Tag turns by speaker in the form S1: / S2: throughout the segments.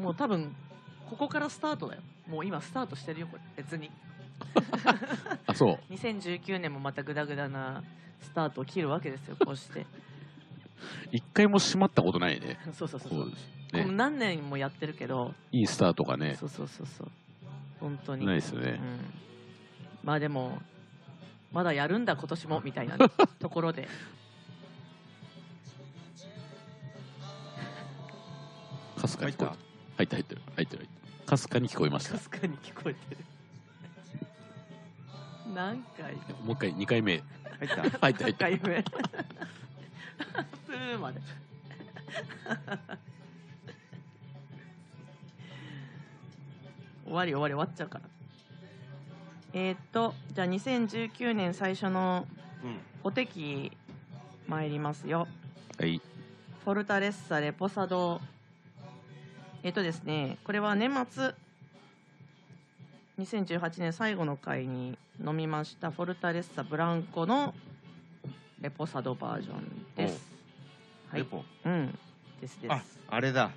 S1: もう多分ここからスタートだよもう今スタートしてるよこれ別に
S2: あそう
S1: 2019年もまたグダグダなスタートを切るわけです よこうして
S2: 一回も閉まったことないね
S1: そうそうそうそ
S2: そう
S1: うも
S2: です
S1: う
S2: ね
S1: 何年もやってるけど、
S2: いいスタートがね
S1: そうそうそうそう本当に
S2: ないですよ
S1: う
S2: ね
S1: ん、まあでもまだやるんだ今年もみたいな ねところで
S2: かすかに聞こえた入ってる入ってる入ってるかすかに聞こえました
S1: かすかに聞こえてる 何回
S2: もう一回2回目
S3: 入った 入った
S2: 入った入
S1: 何
S2: った
S1: 回目プーまで終わり終わり終わっちゃうからえーっとじゃあ2019年最初の
S3: うん
S1: お手き参りますよ
S2: はい
S1: フォルタレッサレポサドえっとですねこれは年末2018年最後の回に飲みましたフォルタレッサブランコのレポサドバージョンですは
S3: レ
S1: い
S3: ポ
S1: うんですで
S3: あ
S1: す
S3: あれだ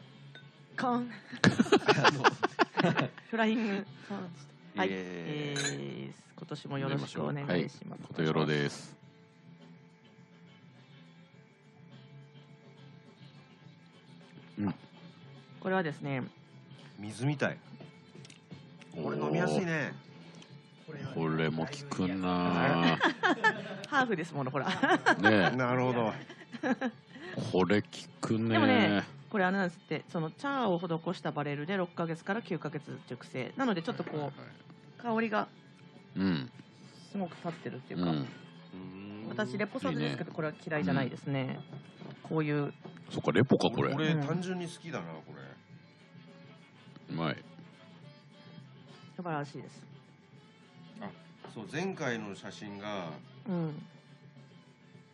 S1: カーン
S3: あの
S1: フライングカーンはい
S3: イエ
S1: え
S3: ーイ
S1: ー今年もよろしくお願いします
S2: ことよろです
S1: これはですね
S3: 水みたいこれ飲みやすいね
S2: これも効くなあ
S1: ハーフですものほら
S2: ね
S3: なるほど
S2: えこれ効くね
S1: でもねこれあれなんですってそのチャーを施したバレルで6ヶ月から9ヶ月熟成なのでちょっとこう香りが
S2: うん
S1: すごく立ってるっていううか、
S2: ん
S1: 私レポサドですけどこれは嫌いじゃないですね、こういう
S2: そっかレポかこれ
S3: これ
S1: うん
S3: 単純に好きだなこれ
S2: うまい
S1: 素晴らしいです
S3: そう前回の写真が
S1: うん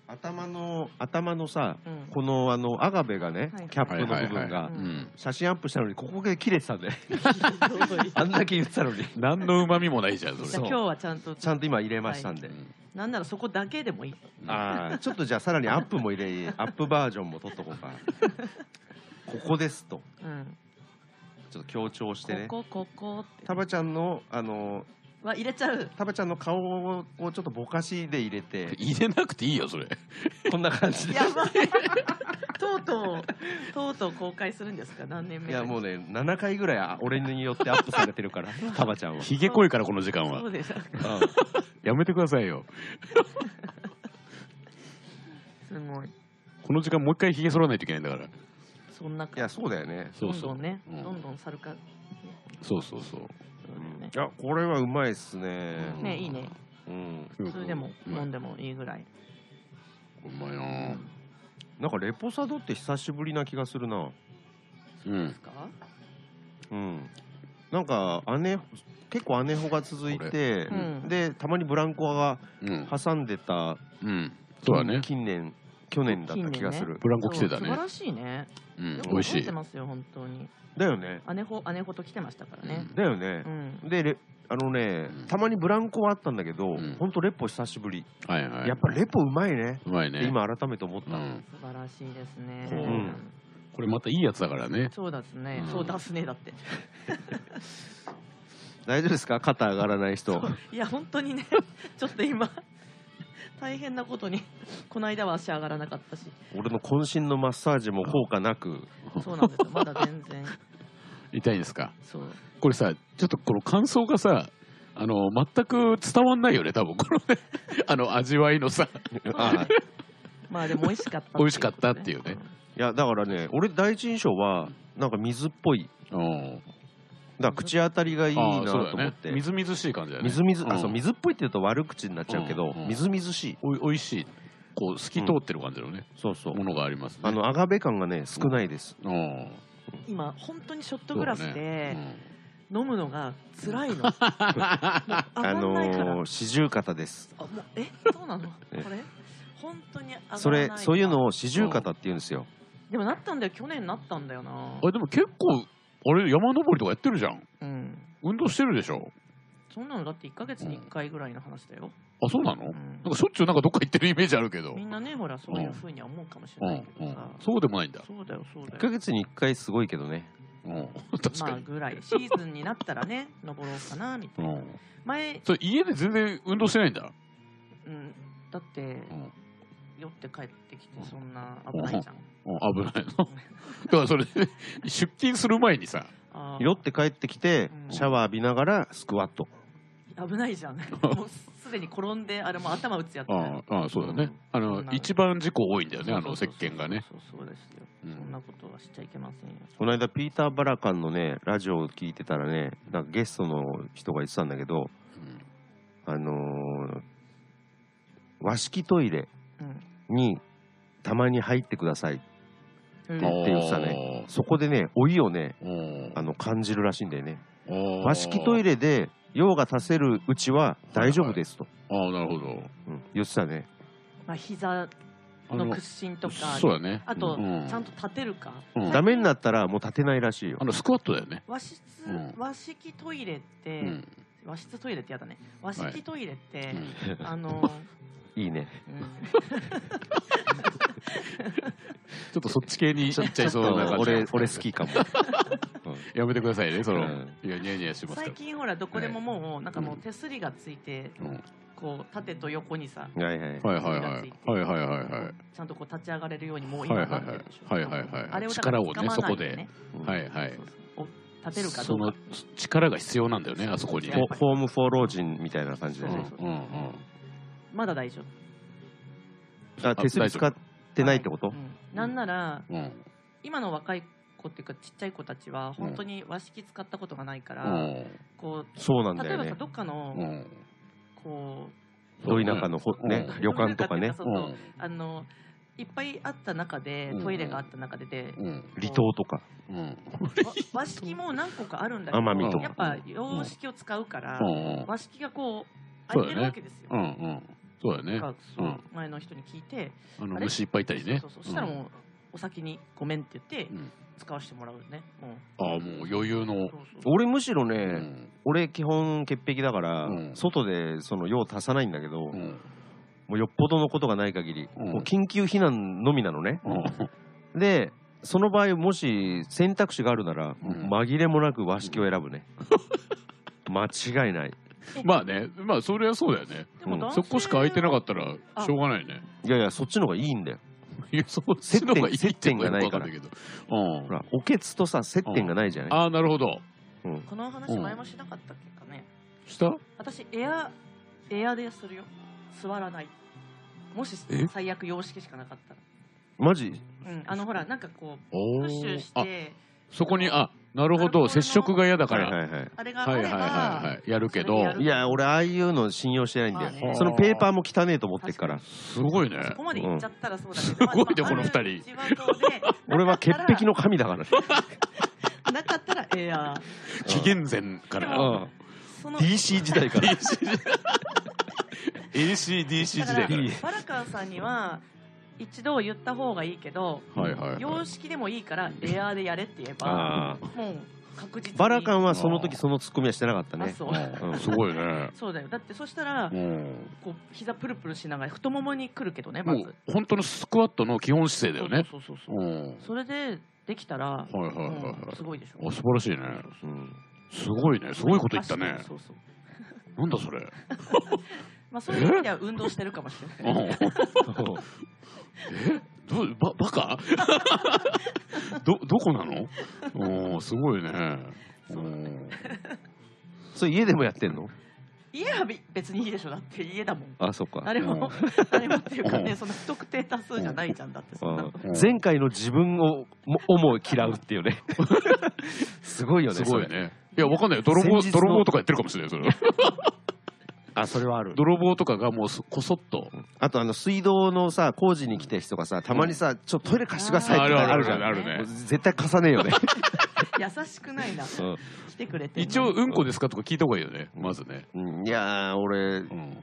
S3: 頭の頭のさ
S1: うん
S3: このあのアガベがね
S1: はい
S3: キャップ
S2: はい
S3: の
S2: はい
S3: 部
S2: は
S3: 分
S2: い
S3: が
S2: うん
S3: 写真アップしたのにここで切れてたんで あんだけ言ってたのに
S2: 何の旨味もないじゃん
S1: じ
S2: そ
S1: ゃあ
S2: れ
S3: そう
S1: 今日はちゃんと
S3: ちゃんと今入れましたんで、
S1: なんならそこだけでもいい
S3: ああちょっとじゃあさらにアップも入れアップバージョンも撮っとこうかここですと
S1: うん
S3: ちょっと強調してね
S1: ここここって
S3: タバちゃんのあの
S1: は入れちゃう
S3: タバちゃんの顔をちょっとぼかしで入れて
S2: 入れなくていいよそれ
S3: こんな感じで
S1: やばいとうとうとうとう公開するんですか何年目
S3: いやもう
S1: ね
S3: ね7回ぐらいあ俺によってアップされてる からタバちゃんは、
S2: ひげ濃いからこの時間
S1: そ
S2: は
S1: うでした
S2: やめてくださいよ
S1: すごい
S2: この時間もう一回ひげ剃らないといけないんだから
S1: そんない
S3: やそうだよね、
S2: そうそ
S1: どんどん
S2: う
S1: ね、
S2: うん
S1: どんどん猿化
S2: そうそうそう
S3: うん、いやこれはうまいっすね
S1: ねいいね
S3: うん
S2: うん
S1: それでも
S2: う
S1: 飲
S2: まい
S1: んでもいいぐらい、
S2: うまいな
S3: なんかレポサドって久しぶりな気がするな
S2: うん
S1: ですか
S3: うん、なんか姉結構姉穂が続いて、
S1: これうん
S3: でたまにブランコが
S2: うん
S3: 挟んでた
S2: うんそうだね
S3: 近年去年だった気がする、
S2: ブランコ来て
S1: そ
S2: た
S1: う素
S2: ね
S1: 晴らしいね
S2: うん
S1: よく
S2: 美味し
S1: 覚え
S2: い
S1: てますよ本当に
S3: だよね
S1: 姉ほ姉ほと来てましたからね
S3: だよね
S1: う、ん、
S3: でレあのね、
S2: うん
S3: たまにブランコはあったんだけど、
S2: うん
S3: ほんとレポ久しぶり、
S2: はいはい
S3: やっぱレポうまいね
S2: うまい
S3: っ
S2: ね
S3: て今改めて思った、
S2: うん
S1: 素晴らしいですね、
S2: うんこれまたいいやつだからね
S1: そうですね、
S2: うん
S1: そう出すねだって
S3: 大丈夫ですか肩上がらない人
S1: いや本当にね ちょっと今大変なことにこの間は足上がらなかったし
S3: 俺の渾身のマッサージも効果なく
S1: そうなんですよまだ全然
S2: 痛いですか
S1: そう
S2: これさちょっとこの感想がさあの全く伝わんないよね多分このね あの味わいのさ
S3: あ
S1: まあでも美味しかった
S2: 美味しかったっていうね
S3: いやだからね俺第一印象はなんか水っぽい
S2: うん
S3: だから口当たりがいい
S2: あ
S3: な
S2: あ
S3: と
S2: そうだ
S3: 思
S2: よ
S3: っ
S2: ね
S3: て、
S2: みずみずしい感じだよね
S3: みずみず、
S2: う
S3: あ
S2: ん
S3: そう水っぽいって言うと悪口になっちゃうけど、
S2: うんうん
S3: みずみずしい
S2: おいおいしいこう透き通ってる感じのね、
S3: そうそう、
S2: ものがありますね
S3: あのアガベ感がね少ないです、
S2: うん
S1: 今本当にショットグラス
S2: そう
S1: で
S2: うん
S1: 飲むのが辛いの、上
S3: あ
S1: がん
S3: の
S1: ないから、
S3: ー四十肩です
S1: あもうえそうなのこれ
S3: え
S1: 本当に上がらない
S3: それそういうの
S1: を
S3: を四十肩って言うんですよ、
S1: でもなったんだよ去年なったんだよな
S2: あでも結構あれ山登りとかやってるじゃん
S1: うん
S2: 運動してるでしょ
S1: そんなのだって1ヶ月に1回ぐらいの話だよ、
S2: あそうなの、
S1: うん
S2: なんかしょっちゅうなんかどっか行ってるイメージあるけど
S1: みんなねほらそういうふうには思うかもしれ
S2: うん
S1: な
S2: う
S1: いけど
S2: ん
S1: さ、
S2: そうでもないんだ
S1: そうだよそう
S3: 一
S1: だ
S3: ヶ
S1: よ
S3: 月に一回すごいけどね
S2: うん、 確
S1: ま
S2: か
S1: あ
S2: に、
S1: ぐらいシーズンになったらね登ろうかなみたいな
S2: うん、
S1: 前、
S2: それ家で全然運動してないんだ、
S1: うん、だって、
S2: うん
S1: 酔って帰ってきてそんな危ないじゃん、
S2: うん、 危ないのだからそれ出勤する前にさ
S1: あー
S3: 酔って帰ってきて
S1: うん
S3: シャワー浴びながらスクワット
S1: 危ないじゃんもうすでに転んであれもう頭打つやつだよ
S2: ああああそうだね、あ
S1: そ
S2: の
S1: んな
S2: 一番事故多いんだよねあの
S1: そうそう
S2: 石
S1: そう
S2: 鹸がね、
S1: そうそうですよ、
S2: うん
S1: そんなことはしちゃいけませんよ
S3: この間ピーター・バラカンのねラジオを聞いてたらねなんかゲストの人が言ってたんだけど
S2: うん
S3: あのー和式トイレにたまに入ってください
S1: うん、
S3: 言って言ってたねそこでね老いをね
S2: おー
S3: あの感じるらしいんだよね
S2: おー
S3: 和式トイレで用が足せるうちは大丈夫ですと、
S2: ああなるほど
S3: うん、言ってたね
S1: まあ膝
S2: あ
S1: の屈伸とか
S2: そうだね
S1: あと、
S2: うん
S1: ちゃんと立てるか、
S2: うん
S3: ダメになったらもう立てないらしいよ
S2: あのスクワットだよね、
S1: 和室、
S2: うん
S1: 和式トイレって、
S2: うん
S1: 和室トイレってやだね和式トイレって、
S2: うん
S1: あ の、
S3: いいね
S1: うん
S2: ちょっとそっち系にいっちゃいそうな感じ
S3: 俺俺好 きかも、
S2: やめてくださいねその、
S3: うん
S2: いやニヤニヤしてますか
S1: 最
S2: ら
S1: 近ほらどこでももうなんかもう手すりがついて
S2: うん
S1: こう縦と横にさ
S3: はいは
S2: は
S3: い
S2: いはいはいはいはいはいはいはい
S1: ちゃんとこう立ち上がれるようにもう
S2: は
S1: 今
S2: い
S1: な
S2: は
S1: って
S2: い
S1: るでしょ
S2: はいはいはいはい
S1: あれをだから
S2: 力をね
S1: 掴
S2: そ
S1: まな
S2: こ
S1: いと
S2: で
S1: ね
S2: はいはい
S1: そうそうお立てるかど
S2: そうの
S1: か
S2: 力が必要なんだよねあそこにね
S3: ホホームフォー老人みたいな感じで
S2: うんう
S3: ね
S1: そ
S2: んうん
S1: まだ大丈夫
S3: あ手すり使ってないってこと、
S1: うんなんなら
S2: うん
S1: 今の若い子っていうかちっちゃい子たちは本当に和式使ったことがないか
S2: う
S1: ら
S2: ん
S1: こ
S3: そうなん
S1: う
S3: だ
S1: 例え
S3: よ
S1: ば
S3: ね
S1: さどっか
S2: う
S1: の
S2: ん
S1: こ
S3: ど田舎のほ、ね
S2: うん
S1: う
S3: 旅館とかね
S1: そう
S2: う
S1: そうんあのいっぱいあった中で
S2: うん
S1: トイレがあった中でで
S2: うん
S3: 離島とか
S2: うん
S1: わ和式も何個かあるんだけど
S3: 奄美
S2: とか
S1: やっぱ洋式を使うから、
S2: うん
S1: 和式がこう
S2: そう
S1: 空いて
S2: だね
S1: るわけですよ。
S2: うんうんそうだよね
S1: なんかそう
S2: うん
S1: 前の人に聞いて、
S2: あ
S1: あ
S2: の
S1: れ
S2: 虫いっぱいいたりね
S1: そうそうそしたらもう、お先にごめんって言って、
S2: うん
S1: 使わせてもらうね。も
S2: ああもう余裕
S1: う
S2: の
S1: そうそう
S3: 俺むしろね、
S2: うん
S3: 俺基本潔癖だから、
S2: うん
S3: 外でその用を足さないんだけ
S2: う
S3: ど、
S2: ん
S3: もうよっぽどのことがない限り、
S2: うん
S3: もう緊急避難のみなのね、
S2: う ん
S3: でその場合もし選択肢があるなら、
S2: うん
S3: 紛れもなく和式を選ぶ ね、間違いない
S2: まあねまあそれはそうだよね
S1: でも
S3: うん
S1: 男性
S2: そこしか空いてなかったらしょうがないね
S3: いやいやそっちの方がいいんだよ
S2: いや、そっちの方がいいっていうのがよくわんけど。
S3: ほ
S2: うん。
S3: らおけつとさ接点がないじゃない、
S2: ああ、なるほど。
S3: うん
S1: この話前もしなかったっけかね。
S2: した
S1: 私エアエアでするよ。座らない。もし
S2: え
S1: 最悪洋式しかなかった
S3: マジ
S1: ら、うん、あのほらなんかこう
S2: お
S1: プッシュし
S2: あ、
S1: て
S2: そこに、あ、なるほど、接触が嫌だか
S3: はい
S2: ら。
S3: はいはい
S1: あれが
S2: は
S1: あ
S2: いはい
S1: れば、
S2: はいはい。やるけ
S1: それ
S2: ど
S1: で、やる
S3: いや俺ああいうの信用してないんだよ、
S1: まあね
S3: そのペーパーも汚ねえと思ってるから
S2: すごいね。
S1: そこまで行っちゃったらそうだけど、
S2: んすごいね
S1: まあ
S2: この二人
S1: ある地元で
S3: 俺は潔癖の神だからね、
S1: なかったらエアー
S2: 紀元前から。
S3: うん
S1: その
S3: DC 時代から
S2: ACDC 時
S1: だか
S2: 代
S1: ら
S2: から。
S1: バラカンさんには一度言った方がいいけど
S2: はいはいは
S1: 様
S2: い。
S1: 式でもいいからエアーでやれって言えば
S3: ああ
S1: もう確実に
S3: バラカンはその時そのツッコミはしてなかった
S1: あ
S3: ね
S1: そう
S2: うんすごいね。
S1: そうだよだってそしたら
S2: うん
S1: こう膝プルプルしながら太ももに来るけどねまず
S2: もう、本当のスクワットの基本姿勢だよね。
S1: そうそうそう
S2: う。
S1: そうん
S2: は
S1: それでできたら
S2: いはいはい
S1: も
S2: は
S1: うすごいでし
S2: い。
S1: ょ
S2: あ、素晴らしいね。
S3: うん
S2: すごいね。すごいこと言ったね。
S1: そうそう
S2: なんだそ れ。
S1: まあそういう意味では運動してるかもしれ
S2: う
S1: ない
S2: ん。えどうばバカ どどこなのおーすごいねおー
S3: それ家でもやってんの
S1: 家はび別にいいでしょだって家だもん
S3: あそっか
S1: 誰も誰もっていうか
S2: う
S1: ね
S2: ん
S1: その不特定多数じゃないじゃんだってそんな
S3: あ
S1: の
S3: あ前回の自分をも思う嫌うっていうねすごいよね
S2: すごい
S3: それ
S2: ねいやわかんないよ泥棒
S3: 先日の
S2: 泥棒とかやってるかもしれないそれ
S3: あそれはある
S2: 泥棒とかがもうそこそっと
S3: あとあの水道のさ工事に来た人がさたまにさ「ちょっとトイレ貸してください」
S2: あ
S3: って
S2: るある
S3: あ
S2: あ
S3: る
S2: る
S3: じゃ
S2: あ
S3: ん
S2: るあるね
S3: 絶対貸さねえよね
S1: 優しくないな来てくれてんのに
S2: 一応うんこですかとか聞いた方がいいよねまずね
S3: うんいやー俺
S2: うん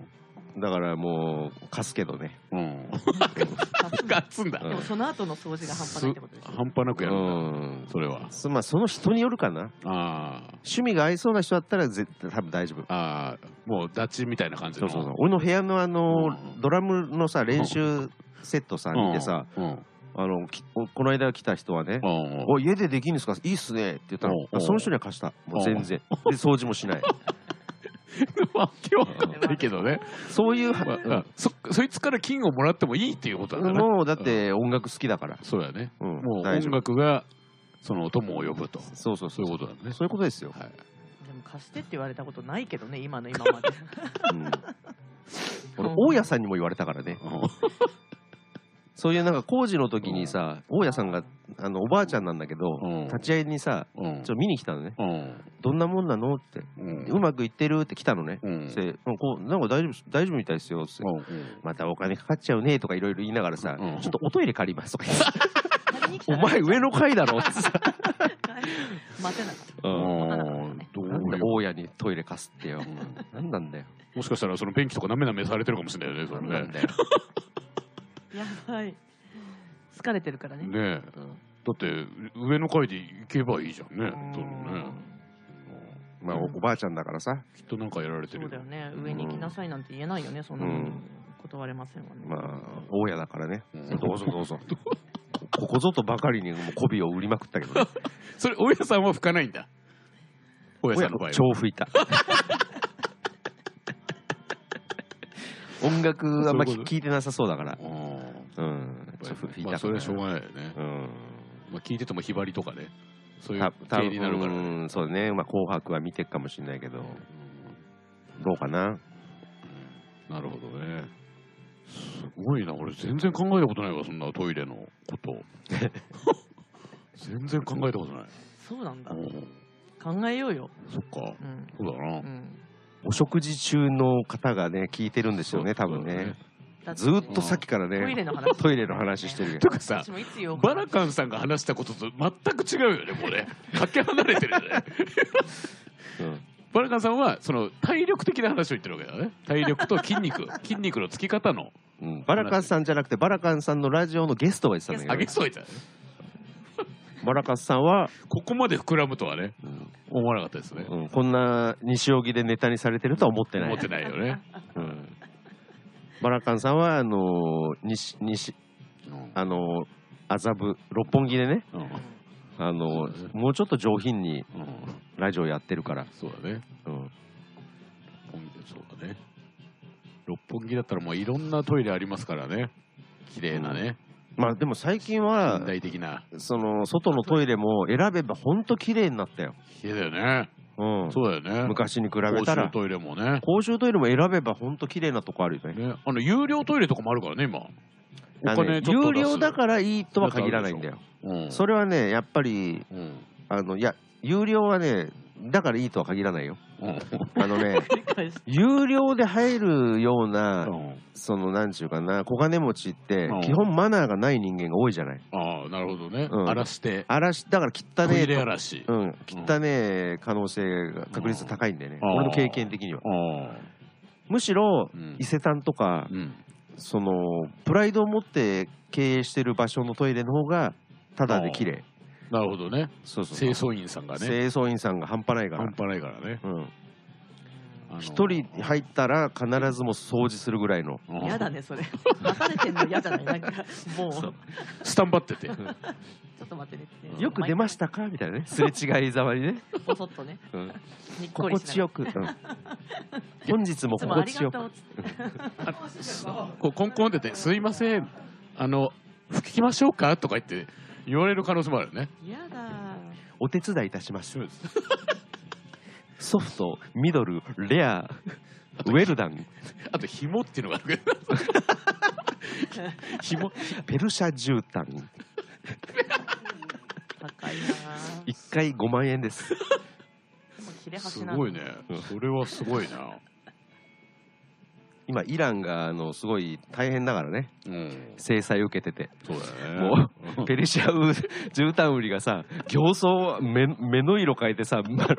S3: だからもう貸すけどね
S2: うん
S1: あそう
S2: ガッツンだ
S1: でもその後の掃除が半端ないってことでしょ
S2: 半端なく
S3: う
S2: やるんだ
S3: ん
S2: それは
S3: そまあその人によるかな
S2: あー
S3: 趣味が合いそうな人だったら絶対多分大丈夫
S2: あーもうダチみたいな感じの
S3: そうそうそう俺の部屋のあの
S2: うん
S3: ドラムのさ練習セットさ
S2: うん
S3: 見てさ
S2: うん
S3: あのきおこの間来た人はね、
S2: うん
S3: お家でできるんですかいいっすねって言ったら
S2: おう、お
S3: あ
S2: う
S3: その人には貸した、もう全然。で、掃除もし ない。
S2: わけわかんないけどね、
S3: そういう、
S2: まあうんそそいつから金をもらってもいいっていうことなんだね、
S3: もうだって音楽好きだから、
S2: そうやね
S3: うん
S2: もう
S3: 大丈
S2: 音
S3: 夫。
S2: 楽がその友を呼ぶと
S3: そうそう
S2: そ
S3: そう
S2: いう
S3: う。
S2: ことなんだね
S3: そういうことですよ。
S2: はい、
S1: でも貸してって言われたことないけどね、今の今まで。
S3: うん俺、大家さんにも言われたからね。
S2: う
S3: そういうなんか工事の時にさ、大家さんが、あの、おばあちゃんなんだけど、
S2: ん
S3: 立ち会いにさ、
S2: うん
S3: ちょっと見に来たのね。
S2: うん
S3: どんなもんなのって。
S2: うん
S3: うまくいってるって来たのね。
S2: うん
S3: で、うんこう、なんか大丈夫っす、大丈夫みたいですよ。つって
S2: うん
S3: またお金かかっちゃうねとかいろいろ言いながらさ、
S2: うん
S3: ちょっとおトイレ借りますとか言って
S1: 借りに来た
S3: お
S1: ら
S3: 前上の階だろっつってさ、
S1: 待てなかった。
S2: うん どう
S3: なんで
S2: いう
S3: 大家にトイレ貸すってよなんなんだよ
S2: もしかしたらその便器とかなめなめされてるかもしれないよねそれ
S3: な
S2: ね
S3: んだよ
S1: やばい。疲れてるからね。
S2: ねえだって上の階で行けばいいじゃんねそのね
S3: まあおおばあちゃんだからさ
S2: きっとなんかやられて
S1: そ
S2: る
S1: うだよね。上に行きなさいなんて言えないよね、そんな
S3: う
S1: の
S3: ん。
S1: 断れませんわね。
S3: まあ大家だからね
S2: うん
S3: どうぞどうぞここぞとばかりにもう媚びを売りまくったけどね、
S2: それ大家さんは吹かないんだ 大家さんの場合は
S3: 超吹いた音楽あんま
S2: そういうこと
S3: 聞いてなさそうだから
S2: うん
S3: うんちょっと吹い
S2: まあ
S3: た
S2: そ
S3: か
S2: れ
S3: ら
S2: はしょうがないよね
S3: うん
S2: まあ聞いててもひばりとかねそういう
S3: た
S2: 系
S3: 多分
S2: になるから
S3: う
S2: ね
S3: んそうだね、まあ、紅白は見てるかもしれないけどどうかな
S2: うんなるほどねすごいな俺全然考えたことないわそんなトイレのこと全然考えたことない
S1: そうなんだ
S2: う。ん
S1: 考えようよ。
S2: そっか
S1: うん。
S2: そうだ
S1: う
S2: な
S1: ん。
S3: お食事中の方がね聞いてるんですよね多分ね
S1: だて
S3: ずーっとさっきから
S1: トイレ
S3: ね
S1: の話。
S3: トイレの話してるけ
S2: と
S3: ど
S2: かさ
S1: 私もいつ言おうか
S2: バラカンさんが話したことと全く違うよねもうねかけ離れてるよね
S3: うん
S2: バラカンさんはその体力的な話を言ってるわけだね体力と筋 肉筋肉のつき方の
S3: うんバラカンさんじゃなくてバラカンさんのラジオのゲストが言ってたんだ
S2: 上
S3: け
S2: げ
S3: ど
S2: そういた
S3: バラカンさんは、
S2: ここまで膨らむとはね
S3: うん
S2: 思わなかったですね
S3: うんこんな西荻でネタにされてるとは思ってな
S2: 思っ
S3: い
S2: てないよ ね、
S3: うんバラカンさんはあのー西西
S2: うん
S3: あのー麻布六本木でね
S2: うん
S3: あのー
S2: そうです
S3: もうちょっと上品に
S2: うん
S3: ラジオやってるから、
S2: そうだね
S3: うん、
S2: 六本木そうだね六本木だったらもういろんなトイレありますからね綺麗なね
S3: まあでも最近は
S2: 現代的な
S3: その外のトイレも選べば本当綺麗になったよ、
S2: 綺麗だよね
S3: うん、
S2: そうだよね
S3: 昔に比べ
S2: 公
S3: たら
S2: 衆トイレもね
S3: 公衆トイレも選べば本当綺麗なとこあるよね
S2: ね、あの有料トイレとかもあるからね、今。
S3: あ
S2: お
S3: のね
S2: 金ちょっと出
S3: 有
S2: す
S3: 料だからいいとは限らないんだよ
S2: うん、
S3: それはねやっぱり
S2: うん、
S3: あのいや有料はねだからいいとは限らないよ
S2: うん、
S3: あのね
S1: 繰り返して
S3: 有料で入るような
S2: うん
S3: そのなんちゅうかな小金持ちって
S2: うん
S3: 基本マナーがない人間が多いじゃない
S2: ああ、なるほどね、
S3: うん
S2: 荒らして、
S3: 嵐だから汚
S2: ト
S3: ね
S2: イ
S3: えと
S2: レ荒らし。
S3: うん、汚ねえ可能性が確率高いんだよね、
S2: うん
S3: 俺の経験的には。
S2: ああ、
S3: むしろ
S2: うん
S3: 伊勢丹とか、
S2: うん、
S3: そのプライドを持って経営してる場所のトイレの方がただで綺麗
S2: なるほどね、
S3: そうそう
S2: 清掃員さんがね、
S3: 清掃員さんが半端ないか
S2: 半
S3: ら
S2: 端ないからね。
S3: うん
S2: あの
S3: 一、人入ったら必ずもう掃除するぐらいの
S2: うん
S1: 嫌だね、それ。待たれてんの嫌じゃないなんか、もう、ち
S3: そ
S1: ょ
S3: う
S2: スタンバって て、
S1: っと待ってねってね。
S3: よく出ましたかみたいなねすれ違いざまにね、
S1: ぽそっとね、
S3: うん
S1: にっこり
S3: 心
S1: しな
S3: 地よく、うん本日も
S1: いつもあ
S3: 心
S1: り
S3: 地
S1: が
S3: よく
S1: とうっつって。
S2: こうコンコンってて、すいません、あの、吹きましょうかとか言って、言われる可能性もあるよね。
S1: 嫌だ。
S3: お手伝いいたしま
S2: そ
S3: す
S2: うです
S3: ソフトミドルレアウェルダン
S2: あと、紐っていうのがあるけど、
S3: 紐ペルシャ絨
S1: 高
S3: 毯
S1: いなぁ。
S3: 一回5万円です
S1: でも 切れ
S2: す
S1: 端なんだ
S2: ごいね、それはすごいな。
S3: 今イランがあのすごい大変だからね
S2: うん、
S3: 制裁受けてて
S2: そうだね。
S3: も ペルシャウ絨毯売りがさ形相目目の色変えてさま ああ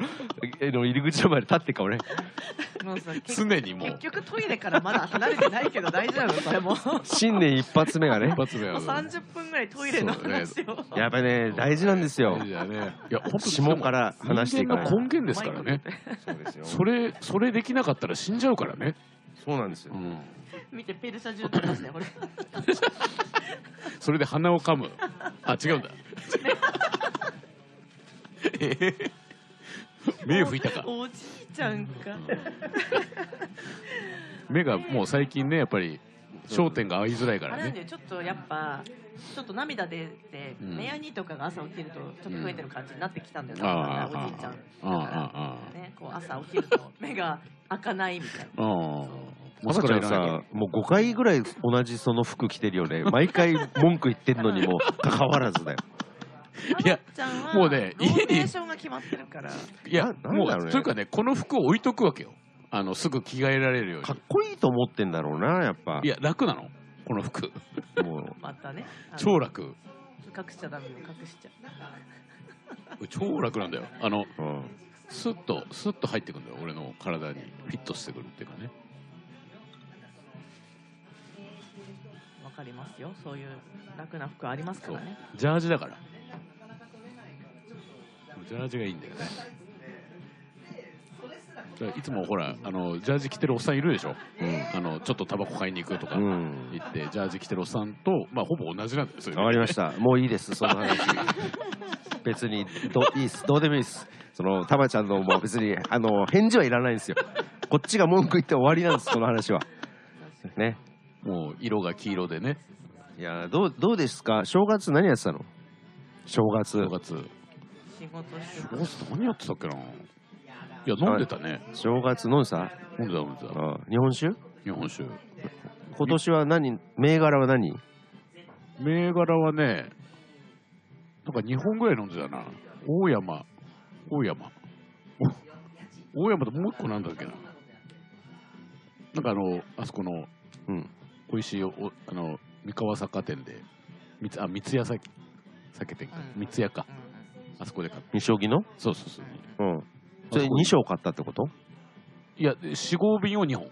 S3: の入り口の前で立ってっからね
S1: もうさ結
S2: 常にもう
S1: 結局トイレからまだ離れてないけど大丈 夫それもう
S3: 新年一発目がね
S2: 一発目は
S1: 30分ぐらいトイレの話を
S3: やっぱね大事なんですよ
S2: いやねいや本当
S3: 下から話していか
S2: 人間
S3: ない
S2: の根源ですからね
S3: そうですよ
S2: それそれできなかったら死んじゃうからね、
S3: そうなんですよ
S2: うん、
S1: 見てペルシャ絨毯ですねこれ
S2: それで鼻を噛むあ違うんだ えー目を拭いたか
S1: おじいちゃんか
S2: 目がもう最近ねやっぱり焦点が合いづらいか
S1: あ
S2: ら
S1: れなん
S2: ね
S1: でちょっとやっぱちょっと涙出て
S2: うん
S1: 目やにとかが朝起きるとちょっと増えてる感じになってきたんだよ、
S2: あ
S1: おじいちゃん
S2: ああああ
S1: ねこう朝起きると目が開かないみたいな
S2: ああもう
S3: 赤
S2: そこ
S3: ち
S2: ら
S3: ゃん
S2: いらない
S3: さ、もう5回ぐらい同じその服着てるよね。毎回文句言ってんの にもかかわらずだよ。
S2: いや
S1: あっちゃんは
S2: もうね
S1: ロー
S2: 家に
S1: テーションが決まってるから
S2: いや
S3: な
S2: も
S3: なんだろう
S2: う
S3: ね
S2: というかねこの服を置いとくわけよあのすぐ着替えられるよう
S3: かっ
S2: に
S3: こいいと思ってんだろうな、やっぱ。
S2: いや楽なのこの服
S3: もう
S1: またねあの
S2: 超楽
S1: 隠しちゃダメよ隠しちゃ
S2: 超楽なんだよあの
S3: うん
S2: スッとスッと入ってくんだよ俺の体にフィットしてくるっていうかね
S1: わかりますよそういう楽な服ありますからね
S2: ジャージだからジャージがいいんだよねだからいつもほらあのジャージ着てるおっさんいるでしょ、あのちょっとタバコ買いに行くとか
S3: う
S2: 行
S3: ん。
S2: って、ジャージ着てるおっさんと、まあ、ほぼ同じなんですよ、
S3: わかりました。もういいです、その話。別にど、いいです。どうでもいいです。その、たまちゃんのも別に、あの、返事はいらないんですよ。こっちが文句言って終わりなんです、その話は。ね。
S2: もう色が黄色でね
S3: いや、どう、どうですか正月何やってたの正月。
S2: 正月
S1: 仕事して
S2: 正月何やってたっけないや飲んでたね
S3: 正月飲んでた
S2: 飲んでた飲んでた
S3: あ日本酒
S2: 日本酒
S3: 今年は何銘柄は何
S2: 銘柄はねなんか2本ぐらい飲んでたな大山大山お大山ともう一個なんだっけななんかあのあそこの
S3: うん。
S2: 美味しいおあの三河坂店で三つあ三ツ矢酒酒店か
S1: うん
S2: 三ツ矢か
S1: うんうん
S2: あそこで買った
S3: 二将棋の
S2: そうそうそう
S3: うん。それ
S2: あ
S3: 二升買ったってこと
S2: いや四合瓶を2本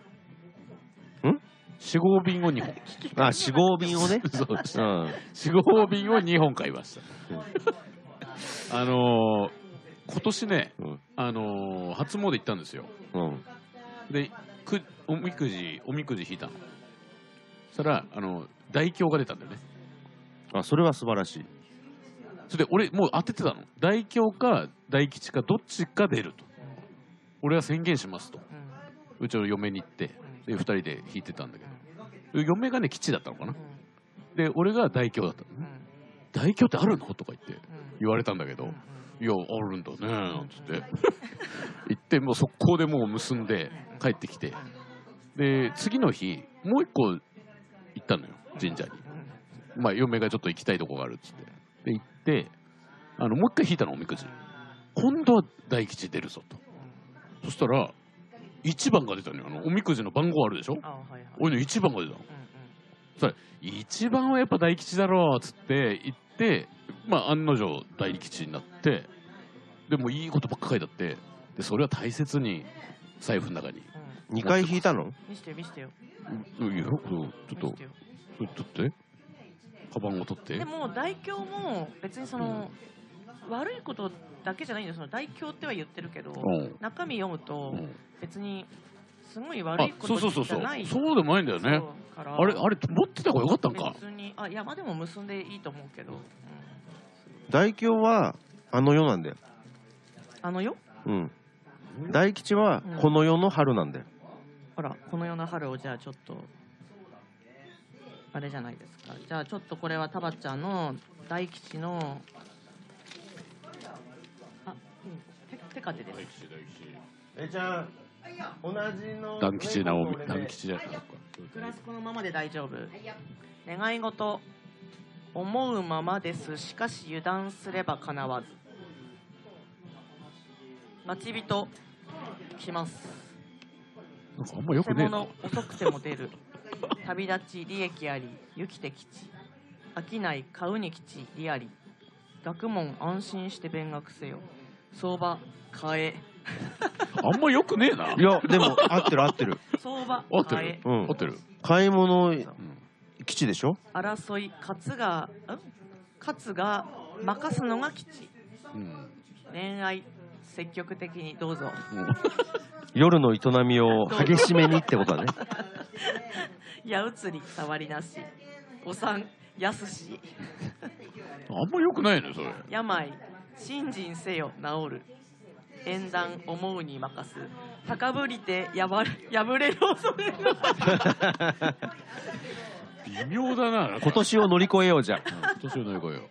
S3: ん
S2: 四合瓶を2本
S3: あ、四合瓶をね。
S2: そう
S3: うん。
S2: 四合瓶を2本買いました。あのー今年ね、
S3: うん
S2: あのー初詣行ったんですよ。
S3: うん。
S2: で、くおみくじ、おみくじ引いたの。そしたら、あの大凶が出たんだよね。
S3: あ、それは素晴らしい。
S2: それで、俺、もう当ててたの。大凶か大吉か、どっちか出ると。俺は宣言しますと。
S1: うん
S2: うちの嫁に行って、
S1: う
S2: で、2人で引いてたんだけど。嫁がね、吉だったのかな。
S1: ん
S2: で、俺が大凶だったの。
S1: うん
S2: 大凶ってあるのとか言って
S1: うん
S2: 言われたんだけど。
S1: うん
S2: いや、あるんだね、なんつって。行って、もう速攻でもう結んで帰ってきて。で、次の日、もう一個行ったのよ、神社に。まあ、嫁がちょっと行きたいとこがあるっつって。で、行って、あの、もう一回引いたの、おみくじ。今度は大吉出るぞと。そしたら、1番が出たのよ。あの、おみくじの番号あるでしょ
S1: あはいはい
S2: 俺の1番が出たの。
S1: うんうん
S2: 1番はやっぱ大吉だろうっつって行って、まあ、案の定大吉になってでもいいことばっか書いてあってでそれは大切に財布の中に
S1: うん
S3: 二回引いたの
S1: 見してよ見してよ
S2: うういやちょっ
S1: 見
S2: と
S1: してよ
S2: 取ってカバンを取って
S1: でも大凶も別にその悪いことだけじゃないんだよその大凶っては言ってるけど
S2: うん
S1: 中身読む
S2: う
S1: と
S2: ん
S1: 別にすごい
S2: あ
S1: 悪いこ
S2: そうそうそ
S1: と
S2: う
S1: じ
S2: そ
S1: ゃ
S2: う
S1: ない
S2: そうでもないんだよね
S1: そうから
S2: あれあれ持ってた方がよかったんか
S1: 別にあ山でも結んでいいと思うけど、うん
S3: 大凶はあの世なんだよ。
S1: あのよ
S3: うん。大吉はこの世の春なんだよ。
S1: ほらこの世の春をじゃあちょっとあれじゃないですかじゃあちょっとこれはタバちゃんの大吉のあうん手手かてです
S3: えちゃん、同じの
S2: 団吉直美団吉じゃないか
S1: グラスこのままで大丈夫願い事思うままですしかし油断すればかなわず待ち人来ます
S2: なんかあんまよく
S1: 建
S2: ねえな
S1: 物遅くても出る旅立ち利益あり行きて吉商い買うに吉利あり学問安心して勉学せよ相場買え
S2: あんまよくねえ ない
S3: や、でも合ってる合ってる。
S1: 相場
S2: 合って
S1: 買
S2: る
S1: え
S3: うん
S2: 合っ。てる
S3: 買い物
S2: うん
S3: 基地でしょ
S1: 争い勝がん勝が任すのが吉
S2: うん
S1: 恋愛積極的にどうぞ
S2: うん
S3: 夜の営みを激しめにってことだね。
S1: 矢移り触りなしお産やすし
S2: あんま良くないのよそれ
S1: 病信心せよ治る縁談思うに任す高ぶりてやばる破れる恐れの
S2: 微妙だな
S3: 今年を乗り越えようじゃん
S2: 今年の良い声よ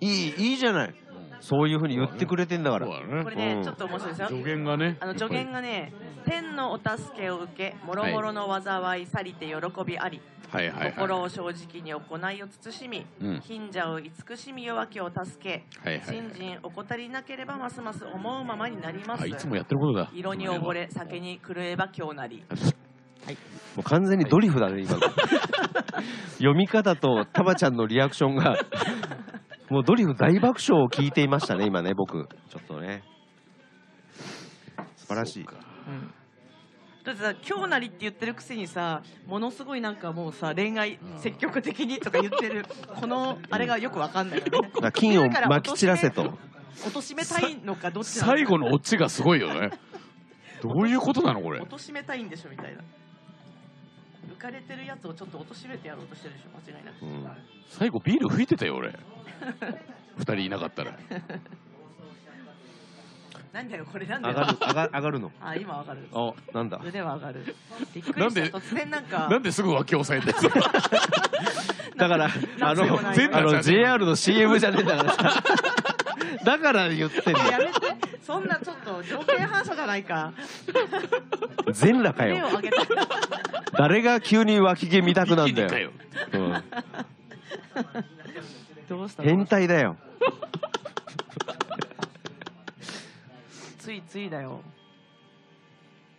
S3: いいいいじゃないそういうふうに言ってくれてんだから
S2: そうだ
S1: これ
S2: ね
S1: ね
S3: うん
S1: ちょっと面白いですよ
S2: 助言がね
S1: あの助言がね天のお助けを受けもろもろの災い去りて喜びあり、
S2: はいはいはい
S1: 心を正直に行いを慎み、
S2: うん
S1: 貧者を慈しみ弱きを助け、
S2: はいはい
S1: 信心怠りなければますます思うままになります
S2: あいつもやってることだ
S1: 色に溺れ酒に狂えば今日なり
S3: もう完全にドリフだね 今の読み方とタバちゃんのリアクション がもうドリフ大爆笑を聞いていましたね今ね僕ちょっとね素晴らしい
S1: うんだってさ「今日なり」って言ってるくせにさものすごいなんかもうさ恋愛
S2: うん
S1: 積極的にとか言ってるこのあれがよくわかんないよね
S3: だから金をまき散らせと
S1: 貶めたいのかどっちなの
S2: 最後のオチがすごいよねどういうことなのこれ
S1: 貶めたいんでしょみたいな浮かれてるやつをちょっと貶めてやろうとしてるでしょ間違いなく
S3: うん
S2: 最後ビール吹いてた よ俺二人いなかったら
S1: なんだよこれなんだ
S3: 上
S1: よ
S3: がる上が上がるの
S1: あ今わかる
S3: あなんだ
S1: 腕は上がるびっくり
S2: なん
S1: し
S2: で
S1: た突然なんか
S2: なんですぐ脇を押さえてんの
S3: だから
S1: な
S3: あの
S1: んでもない
S3: あの JR の CM じゃねえんだから さだから言ってん の
S1: やめてそんなちょっと条件反射じゃないか
S3: 全裸か
S1: 手を
S3: よ
S1: 上げた
S3: 誰が急に脇毛見たくなんだ
S2: 一気にか
S3: よ、うん
S1: どうしたの
S3: 変態だよ
S1: ついついだよ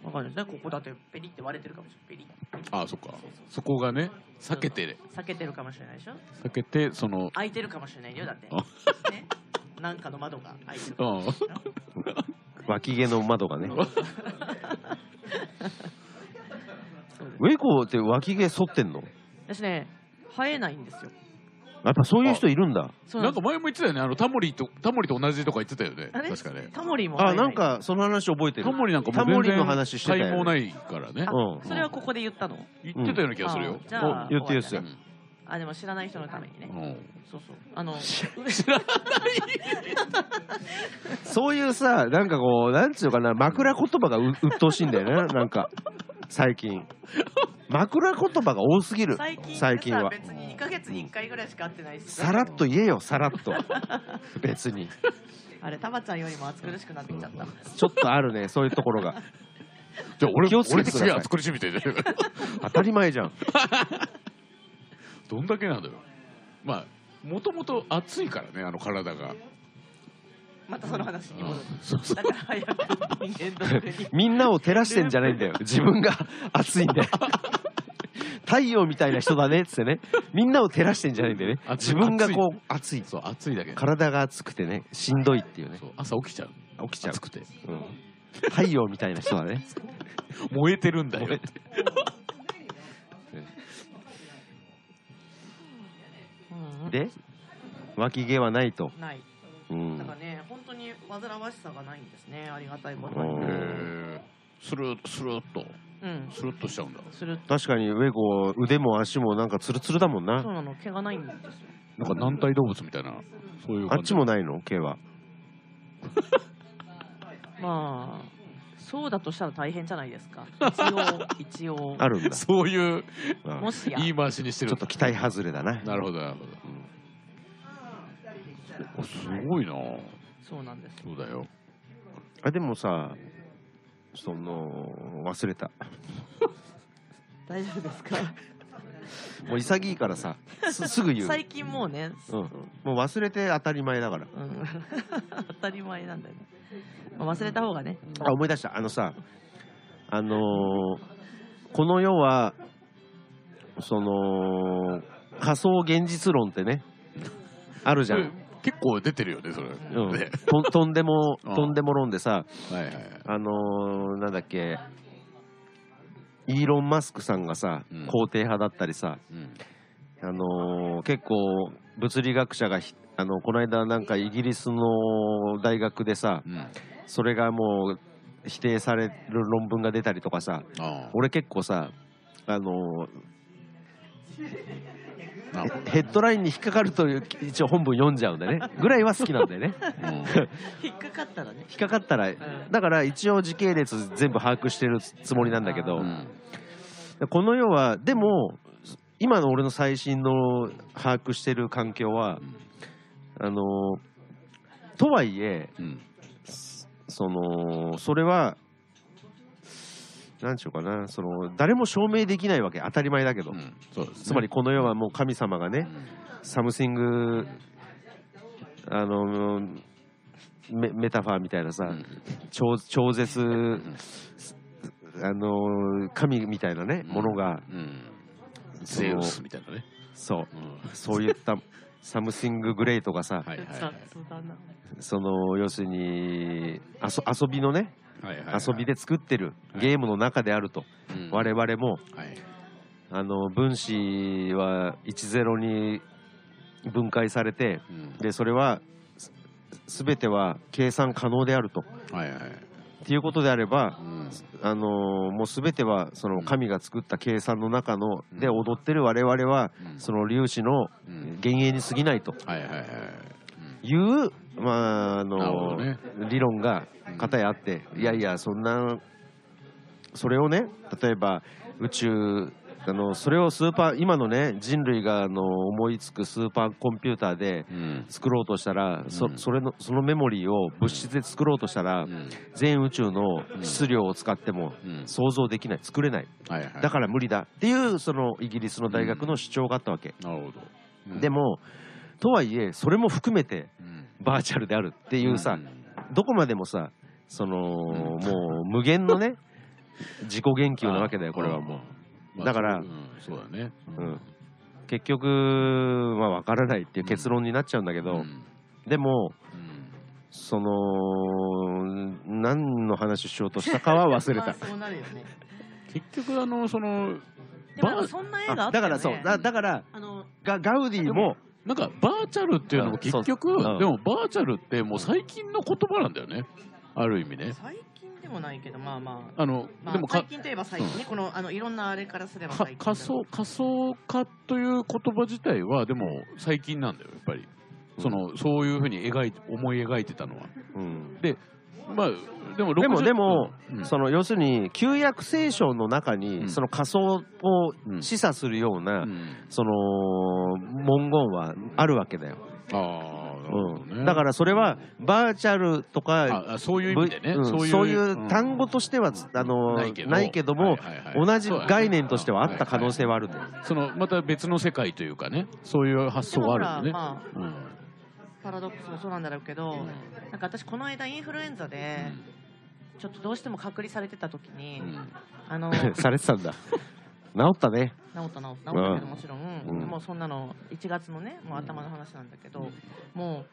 S1: わかんないですねここだってペリって割れてるかもしれないペリペリ
S2: あそっかそこがね避けて
S1: 避けてるかもしれないでしょ
S2: 避けてその
S1: 開いてるかもしれないよだってねなんかの窓が開いてる
S2: う
S1: かも
S2: ん
S1: しれないよ
S3: 脇毛の窓がね
S1: そうです
S3: ウェイコーって脇毛剃ってんの
S1: 私ね生えないんですよ
S3: やっぱそういう人いるんだ
S1: そう
S2: なん
S1: で
S2: か
S1: す
S2: 前も言ってたよねあのタモリとタモリと同じとか言ってたよね
S1: あれ
S2: 確かね
S1: タモリも生え
S3: あなんかその話覚えてる
S2: タモリなんかも
S3: タ
S2: う全
S3: モ
S2: 然
S3: リの話してた
S2: 才
S3: よ
S2: 能
S3: ね
S2: ないからね
S1: あ
S3: うん
S1: それはここで言ったの
S2: 言ってたような気がするよ
S1: あじゃあ
S3: 言ってよ
S1: 終わ
S2: うん
S1: あでも知らない人のためにね
S2: うん
S1: そうそうあの
S2: 知らない
S3: そういうさなんかこうなんつうのかな枕言葉がう鬱陶しいんだ よねなんか最近枕言葉が多すぎる
S1: 最近
S3: 最近は
S1: さ別に2ヶ月に1回ぐらいしか会ってないし
S3: さらっと言えよさらっと別に
S1: あれタバちゃんよりも暑苦しくなってきちゃった
S3: ちょっとあるねそういうところが
S2: じゃあ俺
S3: 気をつけ
S2: 俺
S3: て
S2: す
S3: ください
S2: げえ作りしみて る
S3: 当たり前じゃん
S2: どんだけなんだよまあもともと暑いからねあの体が
S1: またその話に戻る
S2: そうそう
S1: だから早く人間ドックに
S3: みんなを照らしてんじゃないんだよ自分が熱いん だよ太陽みたいな人だねっつってねみんなを照らしてんじゃないんだよね
S2: 熱い
S3: 自分がこう熱い
S2: そう暑いだけ
S3: 体が熱くてねしんどいっていうね
S2: そう朝起きちゃう
S3: 起きちゃう
S2: 暑くて
S3: うん太陽みたいな人だね
S2: 燃えてるんだよ
S3: 燃え
S2: って
S1: うん
S3: で脇毛はないと、
S1: ない
S3: うん
S1: だからね本当に煩わしさがないんですねありがたいことに
S3: おー
S2: へースルスルッと
S1: うん
S2: スルッとしちゃうんだ
S1: する
S3: 確かにウェゴ腕も足もなんかツルツルだもん
S1: そうな
S3: な
S1: の毛がないんですよ
S2: なんか軟体動物みたいなそういう
S3: あ
S2: 感
S3: っ
S2: じ
S3: ちもないの毛は
S1: まあそうだとしたら大変じゃないですか一応一応
S3: あるんだ、
S2: そういう
S3: うん
S1: も
S3: ち
S1: しや
S2: 言い回しにして
S3: ょ
S2: る
S3: っと期待外れだな
S2: なるほどなるほど、すごいな
S1: そうなんです
S2: そうだよ
S3: あでもさその忘れた
S1: 大丈夫ですか
S3: もう潔いからさすすぐ言う
S1: 最近もうね、そう
S3: もう忘れて当たり前だから
S1: うん 当たり前なんだよね、まあ忘れた方がね
S3: あ思い出したあのさあのーこの世はその仮想現実論ってねあるじゃん、
S2: 結構出てるよねそれ、
S3: うん
S2: ね
S3: ととんでも
S2: うん
S3: とんでも論でさ
S2: はいはいはい
S3: あのーなんだっけイーロン・マスクさんがさ、
S2: うん
S3: 肯定派だったりさ、
S2: うん
S3: あのー結構物理学者がひあのこの間なんかイギリスの大学でさ
S2: うんあ
S3: それがもう否定される論文が出たりとかさ
S2: あ
S3: 俺結構さあのー
S2: なるほ
S3: ヘッドラインに引っかかるという一応本文読んじゃうんでねぐらいは好きなん だよね
S2: どうん
S1: 引っかかったらね
S3: 引っかかったら
S1: ん
S3: だから一応時系列全部把握してるつもりなんだけど、
S2: うん
S3: この世はでも今の俺の最新の把握してる環境は
S2: うん
S3: あのとはいえ
S2: うん
S3: そのそれは何ちゅうかなその誰も証明できないわけ当たり前だけど、
S2: うんそうですね
S3: つまりこの世はもう神様が
S2: う
S3: ね
S2: ん
S3: サムシングあのメメタファーみたいなさ、超超絶
S2: ん
S3: あの神みたいなね、ものが
S2: うんうん
S3: そ
S2: ゼ
S3: の
S2: ウスみたいなね
S3: そう
S2: うん
S3: そうい ったサムシンググレイとかさ、
S2: はいはい
S1: 雑
S2: はい
S1: だな
S3: その要するに遊遊びのね、
S2: はいはいはい
S3: 遊びで作ってる
S2: はい
S3: ゲームの中であると、
S2: うん
S3: 我々も
S2: はい
S3: あの分子は10に分解されて
S2: うん
S3: でそれはす全ては計算可能であると。
S2: はいはい
S3: っていうことであれば、
S2: うん
S3: あのもう全てはその神が作った計算の中の
S2: うん
S3: で踊ってる我々は
S2: うん
S3: その粒子の
S2: うん
S3: 幻影に過ぎないと
S2: はいはいはいうん
S3: いう、まあ
S2: な
S3: あ
S2: るほど
S3: の
S2: ね
S3: 理論が片やあって、
S2: うん
S3: いやいやそんなそれをね例えば宇宙あのそれをスーパー今のね人類があの思いつくスーパーコンピューターで
S2: うん
S3: 作ろうとしたら、そ
S2: うん
S3: それのそのメモリーを物質で作ろうとしたら、
S2: うん
S3: 全宇宙の質量を使っても
S2: うん
S3: 想像できない作れない
S2: はいはい
S3: だから無理だっていうそのイギリスの大学の主張があったわけ、
S2: なるほどうん
S3: でもとはいえそれも含めて
S2: うん
S3: バーチャルであるっていうさ、
S2: ん
S3: どこまでもさその、
S2: うん
S3: もう無限のね自己言及なわけだよこれはもう
S2: まあ
S3: だから
S2: うんそうだね
S3: うん結局まあ分からないっていう結論になっちゃうんだけど、
S2: ん
S3: でも
S2: うん
S3: その何の話しようとしたかは忘れ
S1: まあ
S3: た
S1: そうなるよね
S2: 結局あのその
S1: でも
S2: バ
S1: なんか
S2: ー
S1: そんな絵があ
S3: あ
S1: った
S3: だ
S1: よね
S3: からそうだだから
S1: あの
S3: ガガウディも
S2: なんかバーチャルっていうのも結局
S3: うんそううん
S2: でもバーチャルってもう最近の言葉なんだよねある意味ね
S1: 最近でもないけどまあまあ
S2: あの
S1: ま
S2: で
S1: あ
S2: も
S1: 最
S2: か
S1: 近といえば最近ねこのあのいろんなあれからすれば
S2: か
S1: 最近だ
S2: 仮想仮想化という言葉自体はでも最近なんだよやっぱりそのそういうふうに描いて思い描いてたのは
S3: うん
S2: まあでも
S3: でも
S2: 60
S3: でも
S2: うん
S3: その要するに旧約聖書の中
S2: う
S3: に
S2: ん
S3: その仮想を
S2: うん
S3: 示唆するような
S2: うん
S3: その文言はあるわけだよ、
S2: ああなるほど
S3: う
S2: ね
S3: ん、だからそれはバーチャルとか
S2: ああそういう意味でね
S3: うんそういう単語と
S2: し
S3: してはつあのないけど
S2: は
S3: も
S2: いはいはい
S3: 同じ概念としてはあっ
S2: そうだ
S3: た可
S2: ね
S3: 能性はあるんだよ
S2: そのまた別の世界というかねそういう発
S1: で
S2: 想
S1: も
S2: は
S1: ほ
S2: あ
S1: ら
S2: るよね、
S1: まあ
S2: うん
S1: パラドックスもそうなんだろうけど
S2: うん
S1: なんか私この間インフルエンザでちょっとどうしても隔離されてた時に
S2: うん
S1: あ の
S3: されてたんだ治ったね
S1: 治った治った治ったけどもちろん、
S3: うん
S1: もうそんなの1月のねもう頭の話なんだけど、も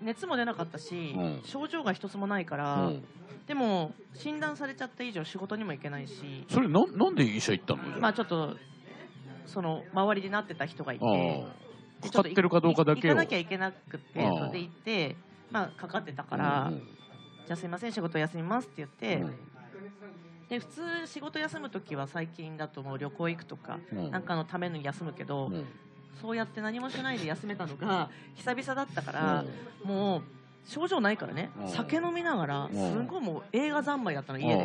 S1: う熱も出なかったし、
S2: うん
S1: 症状が一つもないか
S2: う
S1: ら、
S2: ん
S1: でも診断されちゃった以上仕事にも行けないし
S2: それなんなんで医者行ったのじゃあ
S1: まあちょっとその周りでなってた人がいて
S2: あ
S1: で
S2: あ
S1: ちょっと
S2: かかっ
S1: い
S2: てるかどうかだけ
S1: 行
S2: を
S1: かなきゃいけなくて
S2: ああ
S1: それで行ってまあかかってたから、
S2: うん
S1: じゃあすいません仕事休みますって言って、で普通仕事休む時は最近だともう旅行行くとか、
S2: うんうん
S1: なんかのために休むけど、
S2: うん
S1: そうやって何もしないで休めたのが 久々だったか
S2: う
S1: ら
S2: ん、
S1: もう症状ないからね
S2: うん
S1: 酒飲みながら
S2: うん
S1: すごいもう映画三昧だったの家で
S2: ああ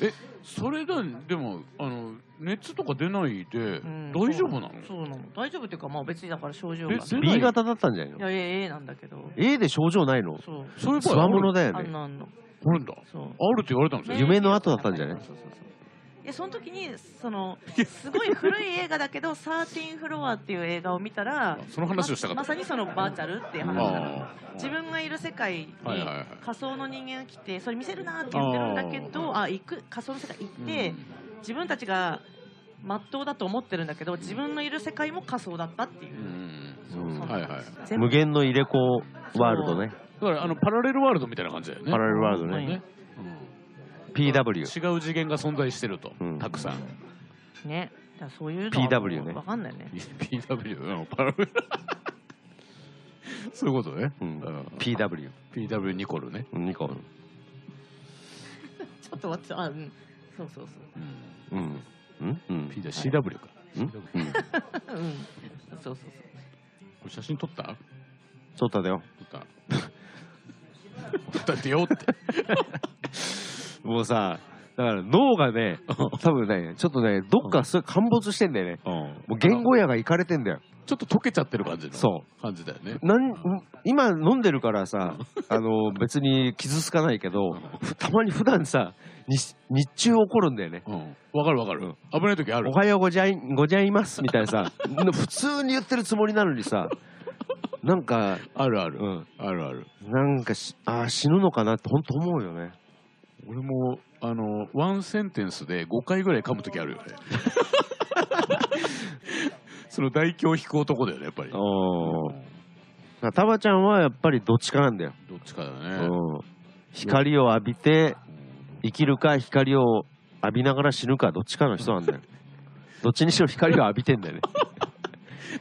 S2: えそれだでもあの熱とか出ないで
S1: うん
S2: 大丈夫なの、
S1: そうなの大丈夫っていうかまあ別にだから症状
S2: え
S1: が
S2: 出ない
S3: B 型だったんじゃない
S1: い
S3: の
S1: やいや A なんだけど
S3: A で症状ないの
S1: そう
S2: そういう
S3: つ
S2: 場
S3: わ
S2: 合
S3: もの
S2: ある
S3: だよ
S1: あん
S3: ね
S1: のあんの
S2: あるんだ
S1: そう
S2: あるって言われたんですよ
S3: 夢の後だったんじゃない
S1: そうそうそういやその時にそのすごい古い映画だけど「13フロア」っていう映画を見たら
S2: あその話をしたか
S1: まま
S2: った、
S1: さにそのバーチャルっていう話
S3: ま
S1: なの
S2: ああ
S1: 自分がいる世界に
S2: はいはいはい
S1: 仮想の人間が来てそれ見せるなって言ってるんだけどあ行く仮想の世界行って、自分たちが真っ当だと思ってるんだけど自分のいる世界も仮想だったっていうう、
S2: ん
S1: そう
S3: うん
S1: そ
S2: はいはい
S1: 全部
S3: 無限の入れ子ワールドね
S2: だからあのパラレルワールドみたいな感じだよね
S3: パラレルワールド
S1: は
S3: ね
S1: い
S2: ね、
S3: PW
S2: うん、違う次元が存在してると、
S3: うん
S2: たくさん
S1: ねだからそういうのは
S3: PW ね
S1: わかんないね
S2: PW うんパラそういうことね、
S3: う
S2: うんん、
S3: PW
S2: PW ニコルね、
S3: 2個
S1: ちょっと待ってあうんそうそうそう
S2: うん
S3: うんうんうん
S2: P だ CW か、
S3: んうん
S1: うんそうそうそう
S2: れ写真撮った
S3: そうだよ
S2: 撮った。撮ったってよって。
S3: もうさだから脳がね多分ねちょっとねどっかそれ陥没してんだよねもう言語やがいかれてんだよ
S2: ちょっと溶けちゃってる感じの
S3: そ
S2: 感じだよね
S3: う。なん今飲んでるからさあの別に傷つかないけどたまに普段さ日日中起こるんだよね
S2: うん。わかるわかる。危ない時ある
S3: お。はようごじゃいごじゃいますみたいなさ 普通に言ってるつもりなのにさなんか、
S2: あるある
S3: う。ん、
S2: あるある。
S3: なんかしあー死ぬのかなって本当思うよね
S2: 俺も、あの、ワンセンテンスで5回ぐらい噛む時ある よね。その大胸引く男だよね、やっぱり。
S3: おータバちゃんはやっぱりどっちかなんだよ、
S2: どっちかだ
S3: う
S2: ね。
S3: ん、光を浴びて生きるか光を浴びながら死ぬかどっちかの人なんだ よどっちにしろ光を浴びてんだよ ね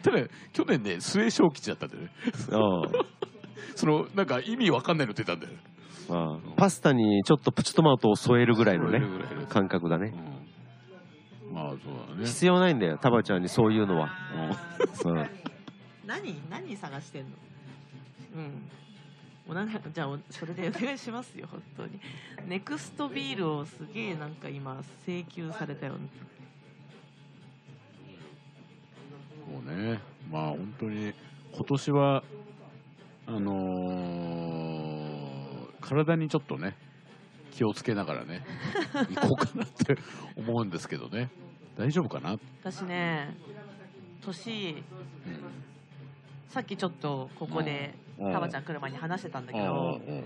S2: ただ、去年ね、末小吉だったんだよね。その、なんか意味わかんないの出たんだよね。
S3: うんうんパスタにちょっとプチトマトを添えるぐらいのね
S2: 添えるぐらいの
S3: 感覚だね
S2: うんまあ、そうだね。
S3: 必要ないんだよタバちゃんにそういうのは、うん
S1: 何何探してんのうんおなかじゃあおそれでお願いしますよ本当にネクストビールをすげえなんか今請求されたよね
S2: もうね、まあ本当に今年は、あのー体にちょっとね、気をつけながらね、 行こうかなって思うんですけどね、大丈夫かな、
S1: 私ね年
S2: うん
S1: さっきちょっとここで
S2: うん
S1: タバちゃん来る前に話してたんだけ
S2: あ
S1: ど
S2: ー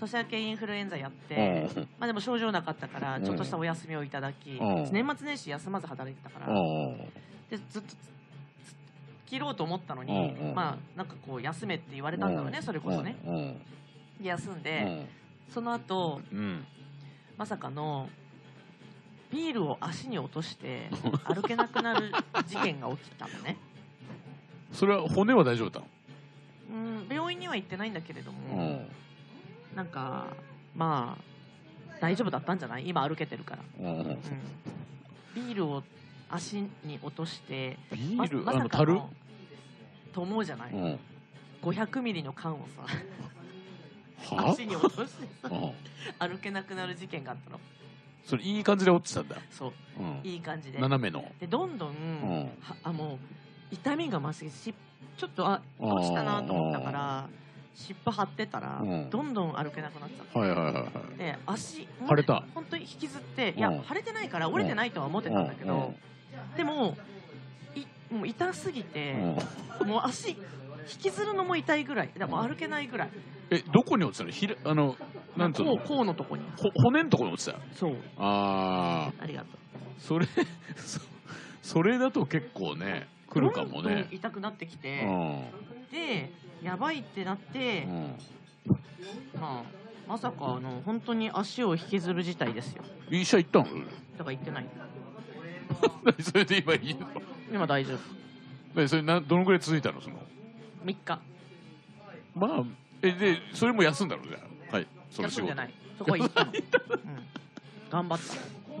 S1: 年明けインフルエンザやって
S2: あー
S1: まあでも症状なかったから
S2: うん
S1: ちょっとしたお休みをいただき
S2: うん
S1: 年末年始休まず働いてたか
S2: あー
S1: らでずっとつつ切ろうと思ったのに
S2: うんうん
S1: まあなんかこう休めって言われたんだろうねそれこそね。
S2: うん
S1: で休んでその後
S2: うんうん
S1: まさかのビールを足に落と して歩けなくなる事件が起きたのね
S2: それは骨は大丈夫だ
S1: うん病院には行ってないんだけれど
S2: う
S1: も
S2: ん
S1: なんかまあ大丈夫だったんじゃない今歩けてるから、
S2: うん
S1: うん、ビールを足に落として
S2: ビ
S1: ま
S2: ール、
S1: ま
S2: あ
S1: さ
S2: の
S1: か
S2: 樽、
S1: のと思うじゃない、
S2: うん
S1: 500ミリの缶をさ
S2: は
S1: 足に落としてさ
S2: うん
S1: 歩けなくなる事件があったの
S2: それいい感じで落ちたんだ、
S1: そう
S2: うん
S1: いい感じで
S2: 斜めの。
S1: でどんどん、
S2: ん
S1: はあもう痛みが増してしちょっとあ落ちたなと思ったから尻尾張ってたら、
S2: うん
S1: どんどん歩けなくなっちゃっ
S2: はいはいはいは
S1: て
S2: い。
S1: で足
S2: 腫れた
S1: 本当に引きずっていや
S2: うん
S1: 腫れてないから折れてないとは思ってたんだけどでもいもう痛すぎ
S2: う
S1: て
S2: ん、うん
S1: もう足引きずるのも痛いぐらいだからもう歩けないぐらい
S2: え、どこに落ちたのひら、あの、なんつう
S1: こ
S2: の
S1: うこうのとこに
S2: ほ骨のところに落ちた。
S1: そう
S2: ああ、
S1: ありがとう
S2: それ、 そそれだと結構ね、来るかも
S1: どん
S2: ね
S1: どん。痛くなってき
S2: う
S1: て
S2: ん。
S1: でやばいってなって、
S2: うん
S1: まあ、まさかあの本当に足を引きずる事態ですよ
S2: 医者行ったの
S1: だから行ってない
S2: 何それで今いいの
S1: 今大丈夫
S2: 何それなどのくらい続いたのその。
S1: 3日
S2: まあ、え、で、それも休んだのじゃあはい。その仕
S1: 休ん
S2: 事
S1: でないそこは行ったの、うん、頑張っ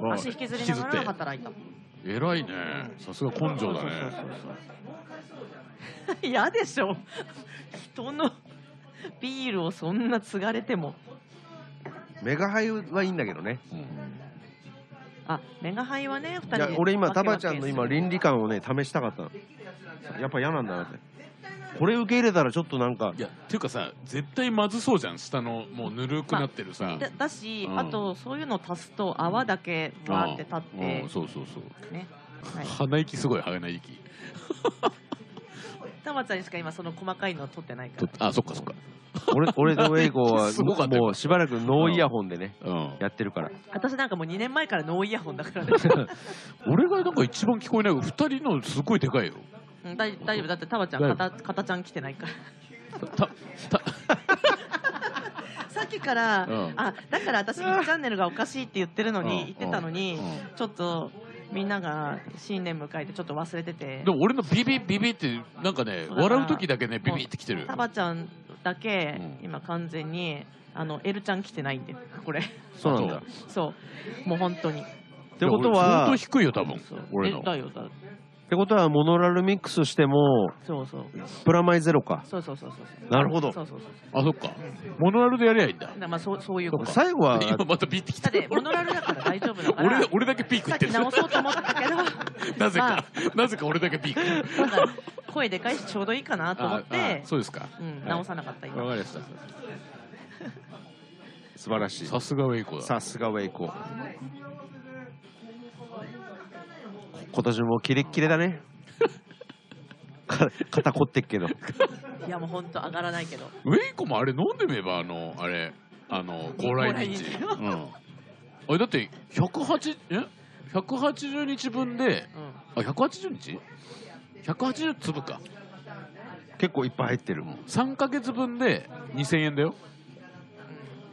S2: ま
S1: た
S2: あ
S1: 足引きずりながら
S2: 引きずって
S1: 働いた
S2: 偉いね。さすが根性だね。
S1: 嫌でしょ人のビールをそんな継がれても
S3: メガハイはいいんだけどね
S1: あメガハイはね2人
S3: いや
S1: で
S3: 俺今
S1: 分け
S3: タ
S1: 分け
S3: バちゃんの今
S1: する
S3: 倫理観をね試したかったのやっぱ嫌なんだなってこれ受け入れたらちょっとなんか
S2: いや、っていうかさ、絶対まずそうじゃん。下の、もうぬるくなってるさ。
S1: だだし、
S2: うん
S1: あとそういうの足すと泡だけバーって立っ
S2: う
S1: て
S2: ん、そうそうそう。
S1: ねはい
S2: 鼻息すごい鼻息
S1: タマちゃんしか今その細かいのは取ってないから
S2: あそっかそっか
S3: 俺俺とウェイコは
S2: すごかったよ
S3: もうしばらくノーイヤホンでね
S2: うん
S3: やってるから
S1: 私なんかもう2年前からノーイヤホンだからね、
S2: 俺がなんか一番聞こえない二人のすごいでかいよ
S1: うん、大大丈夫だってタマちゃん
S2: 大
S1: か
S2: 丈
S1: たかたちゃん来てないから
S2: たたた
S1: さっきから、
S2: うん
S1: あだから私1チャンネルがおかしいって言ってるのに、
S2: うん
S1: 言ってたのに、
S2: う
S1: ちょっとみんなが新年迎えてちょっと忘れてて
S2: んでも俺のビビビビってなんかね笑う時だけねビビってきてる
S1: タマちゃんだけ、
S2: うん
S1: 今完全にあの L ちゃん来てないんでこれ
S3: そうなんだっ
S1: そうもう本当にって
S3: こ
S2: い
S3: と
S2: や俺相
S3: は
S2: 当低いよ多分
S1: そう
S2: 俺の
S1: えだよだ
S3: ってことはモノラルミックスしても
S1: そうそう
S3: プラマイゼロか
S1: そうそうそうそう
S3: なるほど
S1: そうそうそう
S2: あ、そっか。モノラルでやりゃいいんだ
S1: だか。らまあそうそういうことだ
S3: 最後は
S2: 今またビってきた
S1: っ。てモノラルだから大丈夫だから
S2: 俺俺だけピーク
S1: さ
S2: 言っ
S1: ってき
S2: る。
S1: 直そうと思ったけど
S2: なぜ
S1: ま
S2: か、なぜか俺だけピーク。
S1: なんか声でかいしちょうどいいかなと思っ
S2: あ
S1: て
S2: あ、そうですか。
S1: うん、
S2: はい
S1: 直さなかった今
S2: わかりまし
S1: そ
S2: た
S1: うそう
S3: 素晴らしい
S2: さすがウェイコだ。
S3: さすがウェイコー今年もキレッキレだねか肩凝ってっけど
S1: そういやもう本当上がらないけど
S2: ウェイコもあれ飲んでみれば、あの、あれ、あの、高麗人参。
S1: 高
S2: うん。あれだって、108、え ?180 日分で、
S1: うん
S2: あ、180日 ?180 粒か。
S3: 結構いっぱい入ってる
S2: 3ヶ月分で2000円だよ。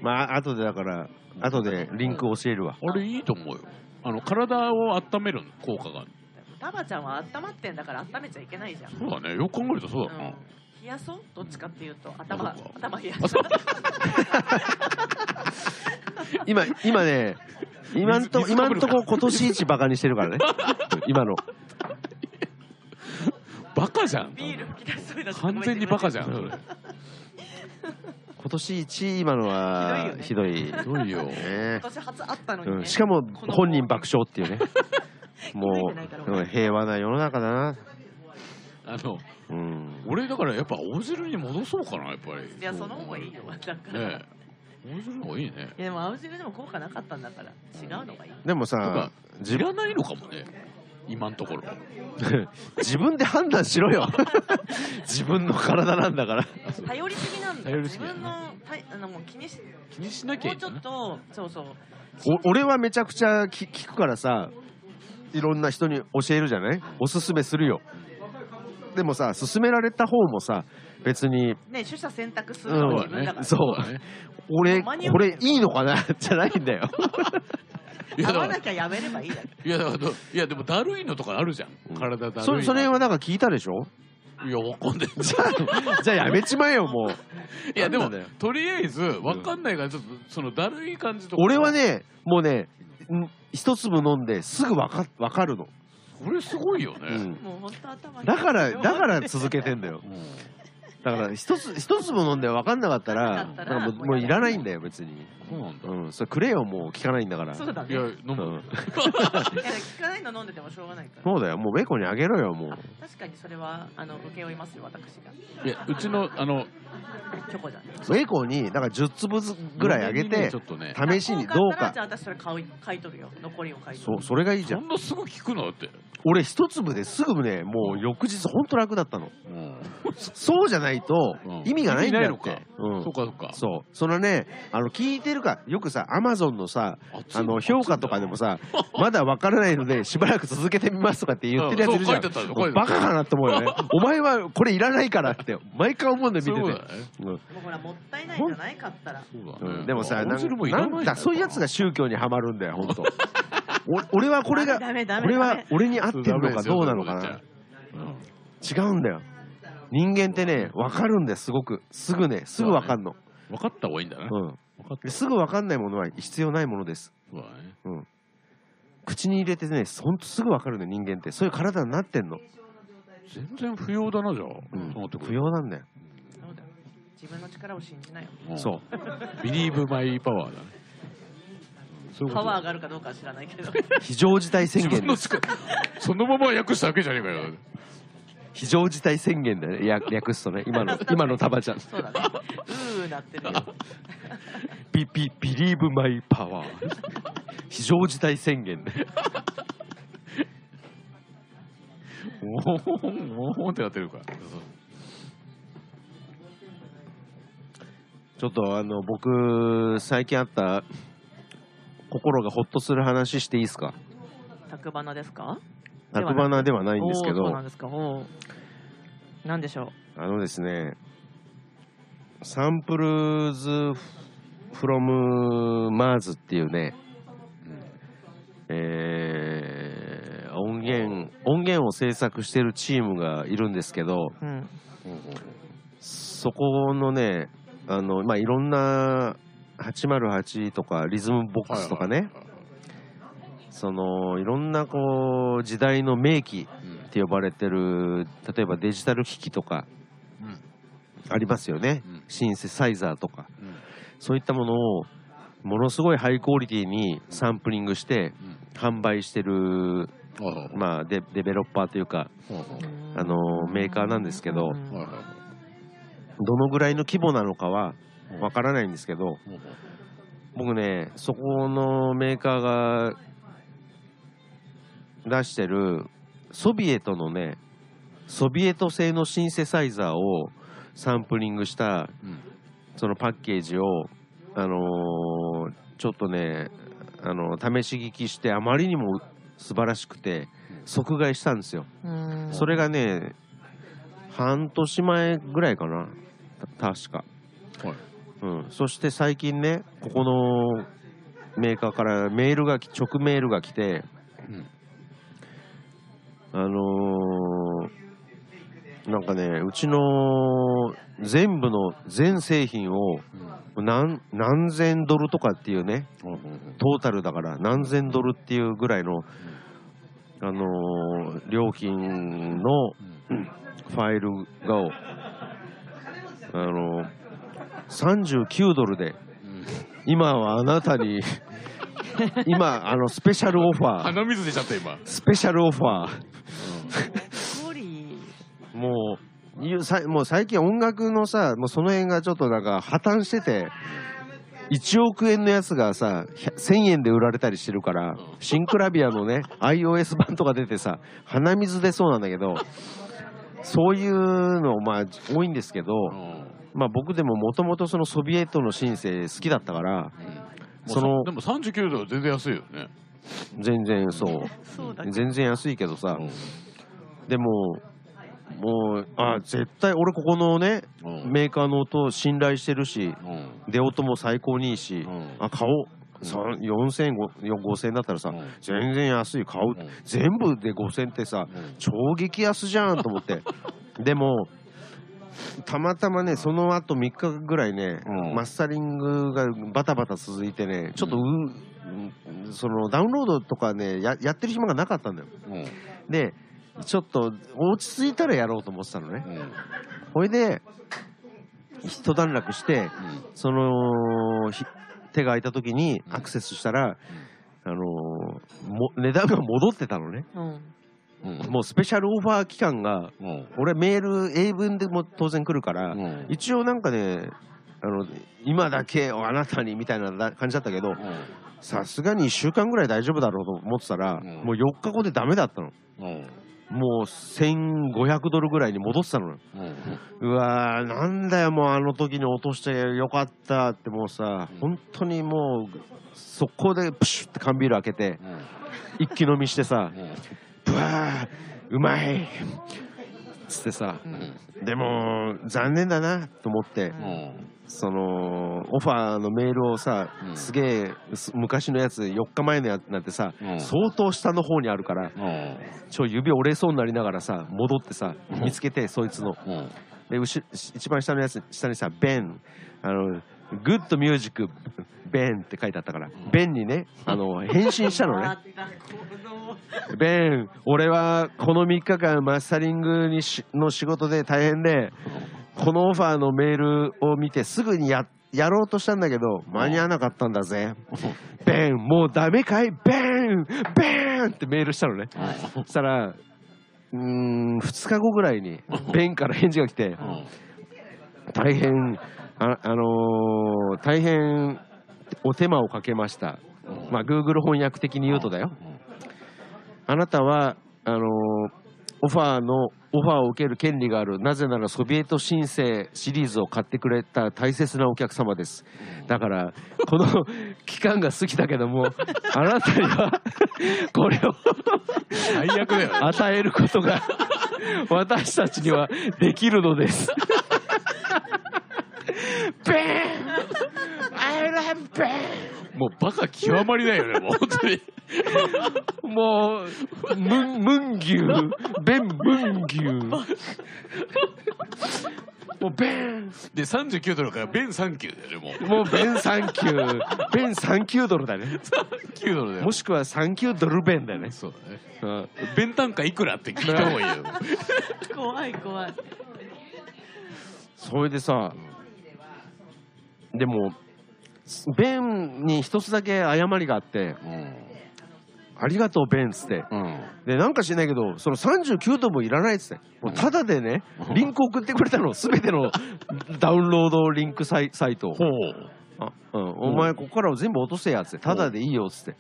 S3: まあ後でだから後でリンク教えるわ
S2: あれいいと思うよ。あの、体を温める効果がある。
S1: タバちゃんは温まってんだから温めちゃいけないじゃん、
S2: そうだね。よく考えるとそうだ
S1: う
S2: な。
S1: ん冷やそうどっちかっていうと頭
S2: あそうか
S1: 頭冷や
S2: あ、
S1: そ
S2: そうう
S3: 今今ね今んと
S2: 水水
S3: 今
S2: かぶ
S3: ん
S2: る
S3: と
S2: か
S3: こ今年一バカにしてるからね今の
S2: バカじゃん。
S1: ビール吹き出しそうになって
S2: 完全にバカじゃん。
S3: う
S2: そ
S3: ん
S2: れ
S3: 今年一今のはひ
S1: ひ
S3: どい
S2: ひどいよ。
S3: ね
S1: 今年初あったのにね、
S3: うんしかも本人爆笑っていうねも
S1: 気づいてないから
S3: う
S1: 俺
S3: うん平和な世の中だな
S2: あの、
S3: うん
S2: 俺だからやっぱ青汁に戻そうかな、やっぱり。
S1: いやその方がいいよなんか、
S2: ねえ。青汁の方がいいね。
S1: いやでも青汁でも効果なかったんだから違うのがいい
S3: でも
S2: なん
S3: さ
S2: か
S3: 自
S2: い
S3: 分
S2: らないのかもね。今のところ。
S3: 自分で判断しろよ 自分の体なんだから
S1: 頼りすぎなんだよ
S2: 頼り
S1: 自
S2: すぎだね
S1: 分のたいあのもう気にし
S2: 気にしなきゃ
S1: も
S2: いういん
S1: ちょ
S2: だ
S1: っ
S2: な。
S1: とそうそう
S3: お俺はめちゃくちゃき聞くからさいろんな人に教えるじゃないおすすめするよでもさ勧められた方もさ別に
S1: ね取捨選択するのは自分だから、
S3: そう
S2: だね。
S3: 俺
S1: マニアッ
S3: こ
S1: ク
S3: れいいのかな じゃないんだよ
S2: いや、
S1: 合
S2: だか
S1: わ
S2: ら
S1: な、きゃやめればいいだけ
S2: いや、だから、いや、でもだるいのとかあるじゃん。体だるいな。
S3: そそれはなんか聞いたでしょ
S2: いや、わかんない。
S3: じゃあ じゃあやめちまえよもう
S2: いや、で
S3: な
S2: も
S3: んだよ、
S2: とりあえず、わかんないから、ちょっと、その、だるい感じとか。
S3: 俺は、ねもうねん一粒飲んですぐわかわかるの、
S2: これすごいよ
S3: う
S2: ね。
S3: ん、
S1: もう本当頭
S3: だからだから続けてんだよ
S2: うん
S3: だから一つ一粒飲んで分かんなかったら
S1: 分かんなかったら
S3: なんかもうもういらないんだよ別に、
S2: そうなんだ。
S3: うん、それくれよもう聞かないんだから
S1: そうだね
S2: いや、
S1: いや
S2: 飲む。
S1: 聞かないの飲んでてもしょうがないから
S3: そうだよもうウェイコにあげろよもう
S1: あ確かにそれはあの請け負いますよ私が
S2: いや、うちの、あの、
S1: チョコじゃん
S3: ウェイコにだから10粒ずぐらいあげ
S2: 嫁にね
S3: て
S2: ちょっとね。
S3: 試しにどう
S1: 効果あったら
S3: か
S1: じゃあ私それ買い買い取るよ残りを買い
S3: そ
S1: 取
S3: う
S1: る
S3: それがいいじゃ
S2: そ
S3: ん
S2: んなすぐ聞くのだって。
S3: 俺一粒ですぐねもう翌日ほんと楽だったの
S2: うん。
S3: そうじゃないと
S2: うん
S3: 意味がないんだ
S2: 意
S3: よ
S2: 味
S3: っ
S2: ない
S3: てうん
S2: そうか、そうか。
S3: そうそのねあの聞いてるかよくさアマゾンのさ
S2: 熱い
S3: あの評価とかでもさまだ分からないのでしばらく続けてみますとかって言ってるやついるじゃん
S2: うんそう書いてたよ書いてた
S3: バカかなって思う よねお前はこれいらないからって毎回思うんだよ見
S2: そう
S3: て
S2: だ
S3: て
S2: ね。
S3: うん
S1: もうほらもったいないじゃない買ったら
S2: そうだ
S3: う
S2: ね。
S3: んでもさ
S2: 青汁もいら
S3: な
S2: ない
S3: ん
S2: ん
S3: だそういうやつが宗教にはまるんだ よ本当お俺はこれが
S1: ダメダメダメ
S3: これは俺に合ってるのかどうなのかな違うんだよ人間ってね分かるんだよすごくすぐねすぐ分かんの
S2: 分かった方がいいんだな。
S3: うん
S2: 分かった。
S3: ですぐ分かんないものは必要ないものです
S2: そうだね。
S3: 口に入れてねほんとすぐ分かるの人間ってそういう体になってんの、
S2: 全然不要だな、じゃあ。
S3: うん
S2: そうなってく
S3: 不
S2: る
S3: 要なんだよ、
S1: そうだよ自分の力を信じなよ
S2: うん
S3: そう
S2: ビリーブマイパワーだね。そういうこ
S1: パ
S2: と
S1: ワーがあるかどうかは知らない けど
S3: 非常事態宣
S2: 自
S3: 言
S2: 分の
S3: です
S2: 力そのまま訳したわけじゃねえかよ。
S3: 非常事態宣言だねや略すとね今の今のタバちゃん
S1: そうだねうーなってるよ
S3: ビビビリーブマイパワー非常事態宣言ね
S2: もう、もうってなってるから。
S3: ちょっとあの僕最近あった心がホッとする話していいですか
S1: 宅花ですかではな
S3: 落
S1: く
S3: 花ではないんですけ
S1: おーそう
S3: ど
S1: なんですかおーなんでしょ
S3: あのですねサンプルズフロムマーズっていうね、えー音源音源を制作してるチームがいるんですけど
S1: ううん
S3: そこのねあの、まあ、いろんな808とかリズムボックスとかね、
S2: はいはいはい
S3: そのいろんなこう時代の名機
S2: うん
S3: って呼ばれてる例えばデジタル機器とか
S2: うん
S3: ありますよね、
S2: うん
S3: シンセサイザーとか
S2: うん
S3: そういったものをものすごいハイクオリティにサンプリングして販売してる、
S2: うんはいはい
S3: まあ、デデベロッパーというか、あのメーカーなんですけど
S1: うん
S2: はいはい
S3: どのぐらいの規模なのかはわからないんですけど
S2: ほうほ
S3: 僕ねそこのメーカーが出してるソビエトのねソビエト製のシンセサイザーをサンプリングし
S2: う
S3: た
S2: うん
S3: そのパッケージをあのーちょっとねあの試し聞きしてあまりにも素晴らしくて即買いしたんですよ
S1: うん
S3: それがね半年前ぐらいかなた確か
S2: はい
S3: うん、そして最近ねここのメーカーからメールがき直メールが来て、
S2: うん
S3: あのーなんかねうちの全部の全製品を
S2: うん
S3: 何何千ドルとかっていうね
S2: ほうほうほう
S3: トータルだから何千ドルっていうぐらいの、あのー料金の
S2: うん
S3: ファイルが、あのー39ドルで
S2: うん
S3: 今はあなたに今あのスペシャルオファー
S2: 鼻水出ちゃった今
S3: スペシャルオファ
S1: ゴリ
S3: ーもうゆさいもう最近音楽のさもうその辺がちょっとなんか破綻してて1億円のやつがさひゃ1000円で売られたりしてるからシンクラビアのね iOS 版とか出てさ鼻水出そうなんだけどそういうのまあ多いんですけど
S2: うんうん
S3: まあ僕でももともとそのソビエトのシンセ好きだったからその
S2: でも39度は全然安いよね
S3: 全然そう
S1: そうだけど
S3: 全然安いけどさ
S2: うん
S3: でももうあ絶対俺ここのね
S2: うん
S3: メーカーの音を信頼してるし
S2: うん
S3: 出音も最高にいいし
S2: うん
S3: あ買おう4000 5000だったらさ
S2: うん
S3: 全然安い買う
S2: うん
S3: 全部で5000ってさ
S2: うん
S3: 超激安じゃんと思って でもたまたまねその後3日ぐらいね、
S2: うん
S3: マスタリングがバタバタ続いてねちょっとう、うんそのダウンロードとかねややってる暇がなかったんだよ
S2: うん
S3: でちょっと落ち着いたらやろうと思ってたのね
S2: うん
S3: ほいで一段落してそのひ手が空いた時にアクセスしたら、あのーも値段が戻ってたのね
S1: うん
S2: うん
S3: もうスペシャルオファー期間が
S2: うん
S3: 俺メール英文でも当然来るから、
S2: うん
S3: 一応なんかねあの今だけをあなたにみたいなだ感じだったけどさすがに1週間ぐらい大丈夫だろうと思ってたら、
S2: うん
S3: もう4日後でダメだったの
S2: うん
S3: もう1500ドルぐらいに戻ってたのよ
S2: うん
S3: うわーなんだよもうあの時に落としてよかったってもうさ
S2: うん
S3: 本当にもう速攻でプシュって缶ビール開けて一気飲みしてさ
S2: うん
S3: ブワーうまいつってさ
S1: うん
S3: でも残念だなと思って
S1: うん
S2: うん
S3: そのオファーのメールをさ、
S2: うん
S3: すげえす昔のやつ4日前のやつなんてさ、
S2: うん
S3: 相当下の方にあるから
S2: うん
S3: ちょ指折れそうになりながらさ戻ってさ
S2: うん
S3: 見つけてそいつの
S2: うん
S3: で後一番下のやつ下にさ「ベン」あの「グッドミュージックベン」って書いてあったから、
S2: ん
S3: ベンにねあの返信し たのね
S1: またこの
S3: ベン、俺はこの3日間マスタリングにしの仕事で大変で、このオファーのメールを見てすぐにややろうとしたんだけど、間に合わなかったんだぜ。ベン、もうダメかいベンベンってメールしたのね。そしたら、うーん、2日後ぐらいにベンから返事が来て、
S2: うん
S3: 大変、あ、あのー大変お手間をかけました。
S2: うん
S3: まあ、Google 翻訳的に言うとだよ。あなたはあのーオファーのオファーを受ける権利があるなぜならソビエト申請シリーズを買ってくれた大切なお客様ですだからこの 期間が過ぎたけどもあなたにはこれを
S2: 最悪だよね
S3: 与えることが私たちにはできるのです。ベーン I love ベーン
S2: もうバカ極まりないよねもう本当に
S3: もう、ムン、ムン牛、ベンムン牛。
S2: もうベンで39ドルからベン3級だよねもう
S3: もう弁3級弁3級ドルだね
S2: 9ドルだよ
S3: もしくは3級ドル弁だよね、
S2: そうだね
S3: うん、
S2: 弁単価いくらって聞いた方がいいよ
S1: 怖い怖い。
S3: それでさでも弁に一つだけ誤りがあって
S2: う
S3: 「ありがとう弁」っつって
S2: んうん
S3: でなんか知んないけどその39度もいらないっつってもうただでね
S2: うん
S3: リンク送ってくれたの全 てのダウンロードリンクサイサイトを
S2: ほう
S3: あうん、お前ここからを全部落とせやっつってただでいいよっつって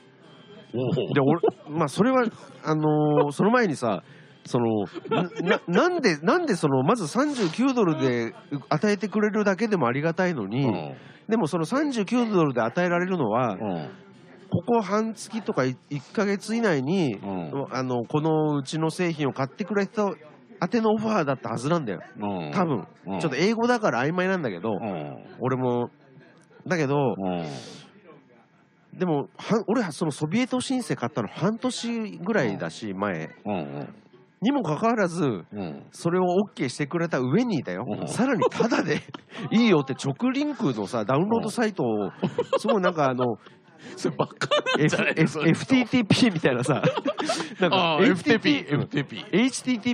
S2: おお
S3: で俺まあそれはあのーその前にさそのなななんでなんでそのまず39ドルで与えてくれるだけでもありがたいのに、
S2: うん
S3: でもその39ドルで与えられるのは、
S2: うん
S3: ここ半月とか1ヶ月以内に、
S2: うん
S3: あのこのうちの製品を買ってくれた宛てのオファーだったはずなんだよ
S2: うん
S3: 多分、
S2: うん
S3: ちょっと英語だから曖昧なんだけど、
S2: うん
S3: 俺もだけど、
S2: うん
S3: でもは俺はそのソビエト申請買ったの半年ぐらいだし前
S2: うん
S3: にもかかわらず
S2: うん
S3: それを OK してくれた上にだよ、
S2: うん
S3: さらにタダで いいよって直リンクのさダウンロードサイトをすごいなんかあ の
S2: それバカなんじ
S3: F
S2: ゃない
S3: F
S2: それ
S3: FTTP みたいなさなん
S2: あ
S3: か
S2: あ
S3: FTP
S2: FTP FTP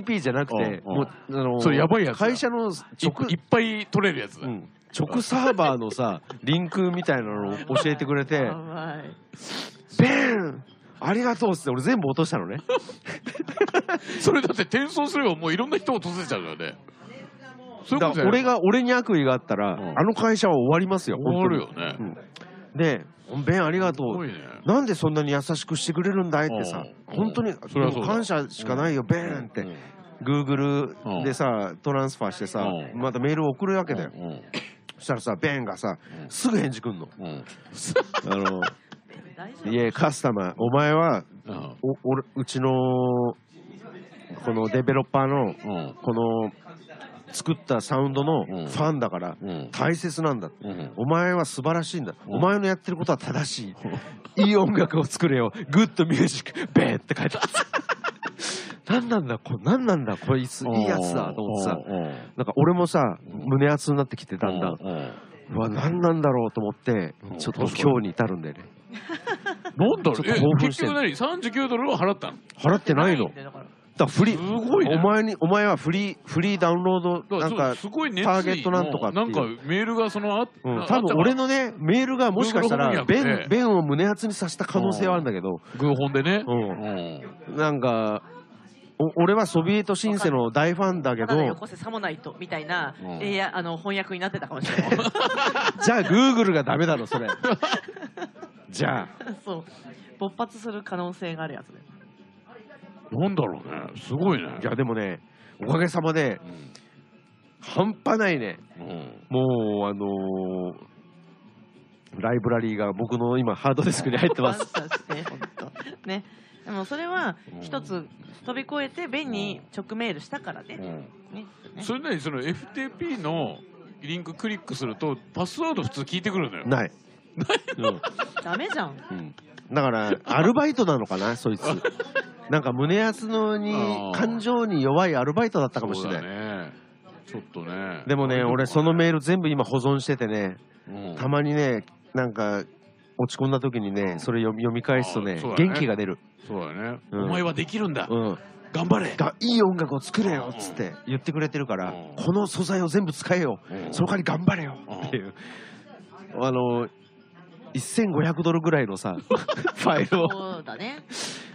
S3: HTTP じゃなく
S2: うん
S3: て
S2: うん
S3: もうあの
S2: それやばいやつだ
S3: 会社の
S2: い
S3: 直
S2: いっぱい取れるやつだ
S3: うん直サーバーのさ リンクみたいなのを教えてくれて
S1: やばい。
S3: 「ベンありがとう」っつって俺全部落としたのね
S2: それだって転送すればもういろんな人を訪れちゃうからねそういう
S3: だ
S2: こ
S3: か
S2: と
S3: ら俺
S2: が
S3: が俺に悪意があったら、
S2: うん
S3: あの会社は終わりますよ
S2: 終わるよ
S3: 本
S2: ね
S3: 当にで「ベンありがと
S2: すご
S3: う
S2: いね」
S3: なんでそんなに優しくしてくれるんだいってさ
S2: うん
S3: 本当に
S2: そりゃそうだ
S3: でも感謝しかないよ、ベンって、
S2: うん
S3: グーグ
S2: うん
S3: ルでさトランスファーしてさ、
S2: うん
S3: またメールを送るわけだよ、
S2: うん
S3: そしたらさベンがさ
S2: うん
S3: すぐ返事くんの
S2: うんうん
S3: 「あ
S1: 大
S3: の
S1: 丈夫。
S3: いえカスタマーお前は
S2: うん
S3: お俺うちのこのデベロッパーの
S2: うん
S3: この作ったサウンドのフ
S2: うん
S3: ァンだから
S2: うん
S3: 大切なんだ」
S2: うん
S3: お前は素晴らしいんだ、
S2: うん
S3: お前のやってることは正しい、いい音楽を作れよ、グッドミュージック、ベーって書いてあった。何なんだ、これ、何なんだ、こいつ、いいやつだと思ってさ、
S2: うんうん
S3: なんか俺もさ、胸熱になってきて、だんだん、
S2: うん
S3: うわ、何なんだろうと思って
S2: うん、
S3: ちょっと今日に至るんだよね。
S2: なんだろ
S3: ち
S2: う
S3: ょっと
S2: え
S3: 興奮し
S2: 結
S3: て
S2: 局
S3: る
S2: 何39ドルを払ったの
S3: 払ってないの。だ
S1: ん
S3: か
S1: でだから
S3: らフリー、
S2: すごいね
S3: お前に、お前はフリー、フリーダウンロード、
S2: だ
S3: な
S2: から
S3: んか
S2: そう、すごい熱意
S3: ターゲットなんとかっていう
S2: なんかメールがそのあ、
S3: うん
S2: あ、
S3: 多分俺のね、メールがもしかしたら、
S2: Google 翻訳で
S3: 弁弁を胸熱にさせた可能性はあるんだけど、
S2: 偶本でね、
S3: うん
S2: うん
S3: なんか、お俺はソビエトシンセの大ファンだけ
S1: た
S3: ど
S1: だ、でよこせさもないとみたいな、
S2: うん
S1: えいやあの翻訳になってたかもしれ ない。
S3: じゃあ、グーグルがダメだろ、そ れ。じゃあ、
S1: そう。勃発する可能性があるやつで。
S2: なんだろうねすごいね
S3: いや、でもね、おかげさまで、半端ないね、
S2: うんうん
S3: もう、あのーライブラリーが僕の今、ハードディスクに入ってます。
S1: 感謝して本当ね。でもそれは一つ飛び越えて便に直メールしたからね。ねね
S2: それなりにその FTP のリンククリックするとパスワード普通聞いてくるのよ
S3: ない。うん
S1: ダメじ ゃん。
S3: うんだから、アルバイトなのか な、そいつ。なんか胸熱の
S2: あ
S3: に
S2: ー
S3: 感情に弱いアルバイトだったかもしれない、
S2: ないねちょっとね
S3: でもね俺そのメール全部今保存しててね
S2: うん
S3: たまにね、なんか落ち込んだ時にね、それ読み読み返すと
S2: あ
S3: ね
S2: ーそうだね
S3: 元気が出る。
S2: そうだね、
S3: うん
S2: お前はできるんだ、
S3: うん。
S2: 頑張れ、
S3: がいい音楽を作れよっつって言ってくれてるから、
S2: うん
S3: この素材を全部使えよ、
S2: うん
S3: その代わり頑張れよ
S2: うん
S3: っていう、あの1500ドルぐらいの さファイルを、
S1: そうだね。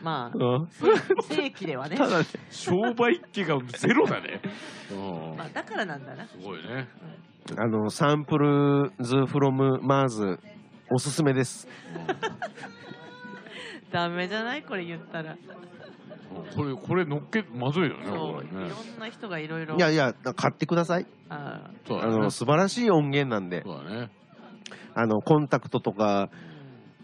S1: まあ
S3: うん
S1: 正正規ではね。
S3: ただね
S2: 商売っ気がゼロだね、うん
S1: まあだからなんだな。
S2: すごいね
S3: あのサンプルズフロムマーズおすすめです
S1: ダメじゃないこれ言ったら。
S2: うんこれこれ乗っけまずいよね
S1: そう。
S2: こ
S1: い
S2: れね
S1: ろんな人がいろいろ。
S3: いやいや買ってください
S1: あ
S2: そう
S3: あ
S2: だね
S3: の素晴らしい音源なんで
S2: そうだね
S3: あのコンタクトとか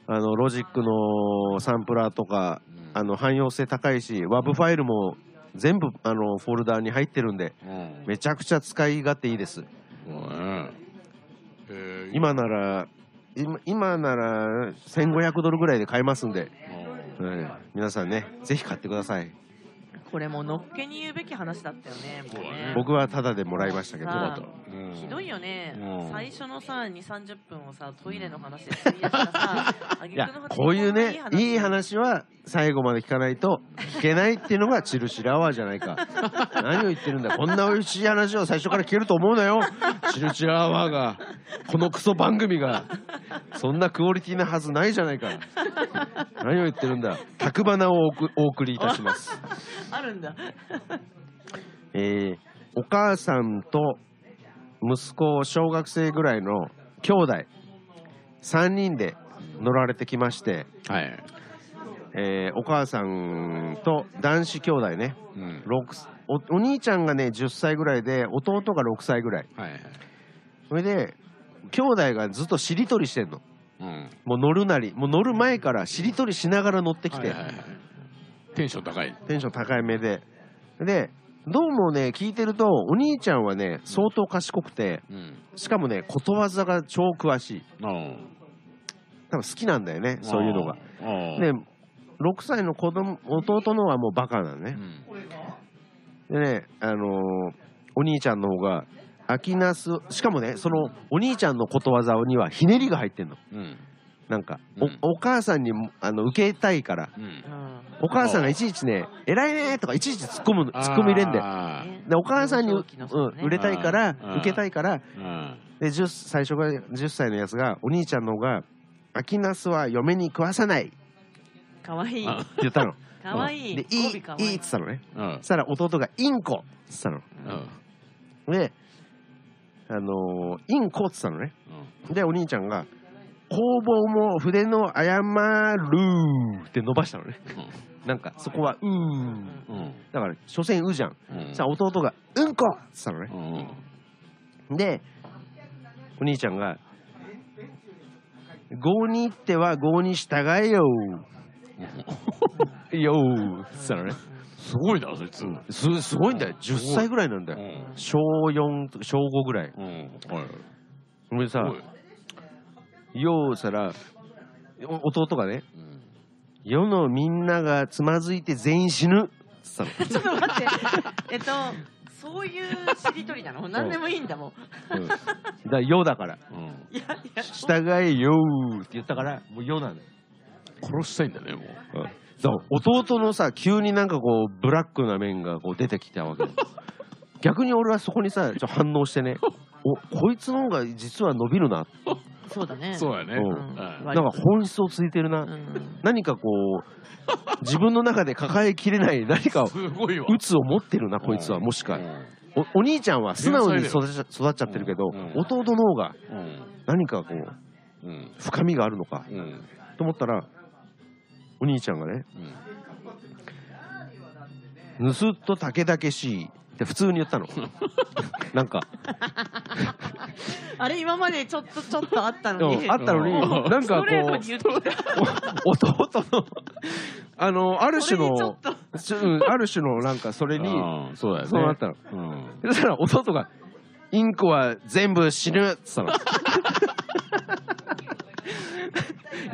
S1: ーうん
S3: あのロジックのサンプラーとか
S2: うん
S3: あの汎用性高いし WAV ファイルも全部あのフォルダーに入ってるんで
S2: うん
S3: めちゃくちゃ使い勝手いいで
S2: そ
S3: す
S2: うだねえー
S3: 今なら今今なら1500ドルぐらいで買えますんで、
S2: うん
S3: うん皆さんねぜひ買ってください
S1: これもうのっけに言うべき話だったよねもうね
S3: 僕はタダでもらいましたけど、
S1: あ
S3: うん
S1: ひどいよね、
S2: うん
S1: 最初のさ2 3 0分をさトイレの話で費やしたらさ挙
S3: い
S1: 句の
S3: や
S1: 果てに
S3: こういうね
S1: こんない
S3: い話は最後まで聞かないと聞けないっていうのがチルシラワーじゃないか 何を言ってるんだこんな美味しい話を最初から聞けると思うなよチルシラワーがこのクソ番組がそんなクオリティなはずないじゃないか何を言ってるんだ卓花をおくお送りいたします
S1: あるんだ
S3: えーお母さんと息子小学生ぐらいの兄弟3人で乗られてきまして、
S2: はい。
S3: えーお母さんと男子兄弟ね
S2: うん。
S3: 六おお兄ちゃんがね10歳ぐらいで弟が6歳ぐらい
S2: はいはい。
S3: それで兄弟がずっとしりとりしてんの
S2: うん。
S3: もう乗るなりもう乗る前からしりとりしながら乗ってき
S2: は
S3: て、
S2: いはいはい。テンション高い。
S3: テンション高いめででどうもね聞いてるとお兄ちゃんはね相当賢くて、
S2: うん。
S3: しかもね、ことわざが超詳しい。
S2: あ
S3: 多分好きなんだよね、そういうのが。。
S2: ああ。
S3: で、6歳の子供、弟のはもうバカなの
S2: う
S3: ね。
S2: ん。
S3: でね、あのーお兄ちゃんの方が、秋ナス、しかもね、そのお兄ちゃんのことわざにはひねりが入ってんの。
S2: うん。
S3: なんか、
S2: うん
S3: おお母さんにもあの受けたいから、
S2: うん
S1: う。ん
S3: お母さんがいちいちね、偉いねーとかいちいち突っ込むの、突っ込み入れんだよ。
S2: あ
S1: ね
S3: で、お母さんに、う
S1: 幼少期のその
S3: ん
S1: ね、
S3: 売れたいから
S2: あ、ー
S3: 受けたいから、
S2: ーあ
S3: で10最初が10歳のやつがお兄ちゃんの方が「秋ナスは嫁に食わさない」って
S1: かわいい
S2: あ
S3: 言ったの
S1: かわいい
S3: で「いい」
S1: 語尾かわ
S3: いい
S1: い
S3: っ
S1: い
S3: つったのね
S2: ー。うん
S3: そしたら弟が「インコ」っつったの
S1: う
S2: うんん。
S3: であのーインコ」っつったのねでお兄ちゃんが「工房も筆の誤る」って伸ばしたのねなんかそこは「うーん
S2: うん。うん。」
S3: だから所詮「う」じゃん
S2: うん。うん
S3: さあ弟が「うんこ」っつったのね
S2: うん。うん
S3: でお兄ちゃんが「郷に行っては郷に従えよ」「よ」っつったのね
S2: すごいな、そいつ。うん。
S3: すすごいんだよ10歳ぐらいなんだよ小4と小5ぐらい
S2: うん。はい。
S3: それでさ
S2: すごい
S3: 「よ」っつったらお弟がね
S2: うん
S3: 「世のみんながつまずいて全員死ぬ」っつったの
S1: ちょっと待ってえっとそういうしりとりなの何でもいいんだもん
S3: うんだから「よ」だから
S2: うん。
S1: いやい
S3: 「
S1: や
S3: 従えよ」って言ったからもう「よ」なんだよ
S2: 殺したいんだね、もう。
S3: そう弟のさ急になんかこうブラックな面がこう出てきたわけ逆に俺はそこにさちょっと反応してねおこいつの方が実は伸びるな、
S1: そうだね
S2: そうやね。
S3: うん
S2: は
S1: 割
S2: い
S3: なんか
S1: と
S3: 本質をついてるな、
S1: うん
S3: 何かこう自分の中で抱えきれない何か
S2: すごいわ。
S3: 鬱を持ってるなこいつはもしかおお兄ちゃんは素直に育ち育っちゃってるけど、
S2: うん
S3: 弟の方が
S2: うん。
S3: 何かこう
S2: うん。
S3: 深みがあるのか
S2: うん。うん。
S3: と思ったらお兄ちゃんがね
S2: うん
S3: 盗っと竹々しいって普通に言ったのなんか
S1: あれ今までちょっとちょっとあったの
S3: うん
S1: に
S3: あったのに
S2: うん
S3: なん
S1: スト
S3: かこ
S1: レートに
S3: う
S1: 言ってきた
S3: お弟のあのある
S1: それ
S3: 種
S1: にちょ
S3: の
S1: っと
S3: ちょうんある種のなんかそれに
S2: うんそうだよね。
S3: そうなったの
S2: うん。
S3: そしたら弟が「インコは全部死ぬ」っつったの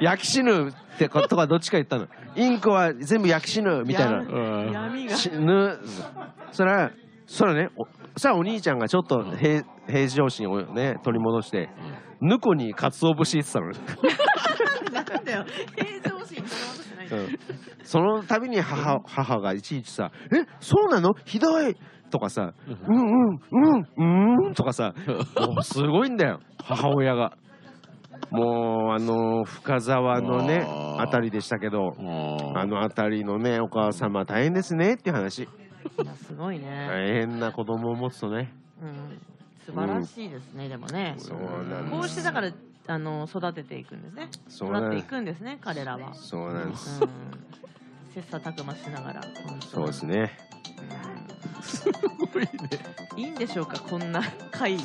S3: 焼き死ぬってことかどっちか言ったのインコは全部焼き死ぬみたいな
S2: うん
S1: 闇が
S3: 死ぬそらそらねおそらお兄ちゃんがちょっと平平常心をね取り戻してぬこに鰹節言ってたのね、
S1: なんだよ平常心取り戻してないんだよ
S3: うん その度に母母がいちいちさ「えそうなのひどい!」とかさ「うんうんうんうん」とかさもうすごいんだよ母親がもうあの深沢のね
S2: あー
S3: あたりでしたけど
S2: うん
S3: あのあたりのねお母様大変ですねっていう話
S1: いやすごいね、
S3: 大変な子供を持つとね
S1: うん、素晴らしいですね、でもね
S3: そうなんです
S1: こうしてだからあの育てていくんですね
S3: そうな
S1: 育ってい
S3: んです
S1: くんですね彼らは、うん、
S3: そうなんです
S1: 切磋琢磨しながら
S3: そうですね
S1: いいんでしょうかこんな回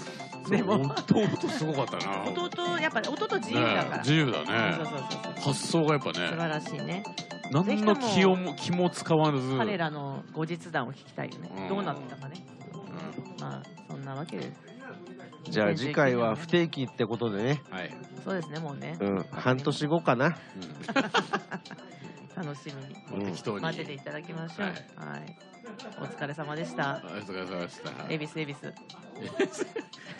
S1: でも
S2: 弟すごかったな。
S1: 弟やっぱり弟自由だから、
S2: ね自由だ
S1: そう
S2: ね。
S1: そうそうそう
S2: 発想がやっぱ
S1: 素
S2: ね、
S1: 晴らしいね
S2: 何の気をも気も使わず、
S1: 彼らの後日談を聞きたいよね、
S2: うん
S1: どうなったかね
S2: うん
S1: まあそんなわけです
S3: じゃあ次回は不定期ってことでね、
S2: はい。
S1: そうですねもうね
S3: うん、半年後かな
S2: う
S1: 楽しみに
S2: んまあ適当に。
S1: 待ってていただきましょう。
S2: は
S1: はいい。お疲れ様でした
S2: お疲れ様でした。
S1: 恵比寿恵比寿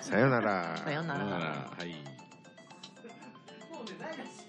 S3: さよなら
S1: さようなら
S2: さようならはい。
S1: もうねないらしい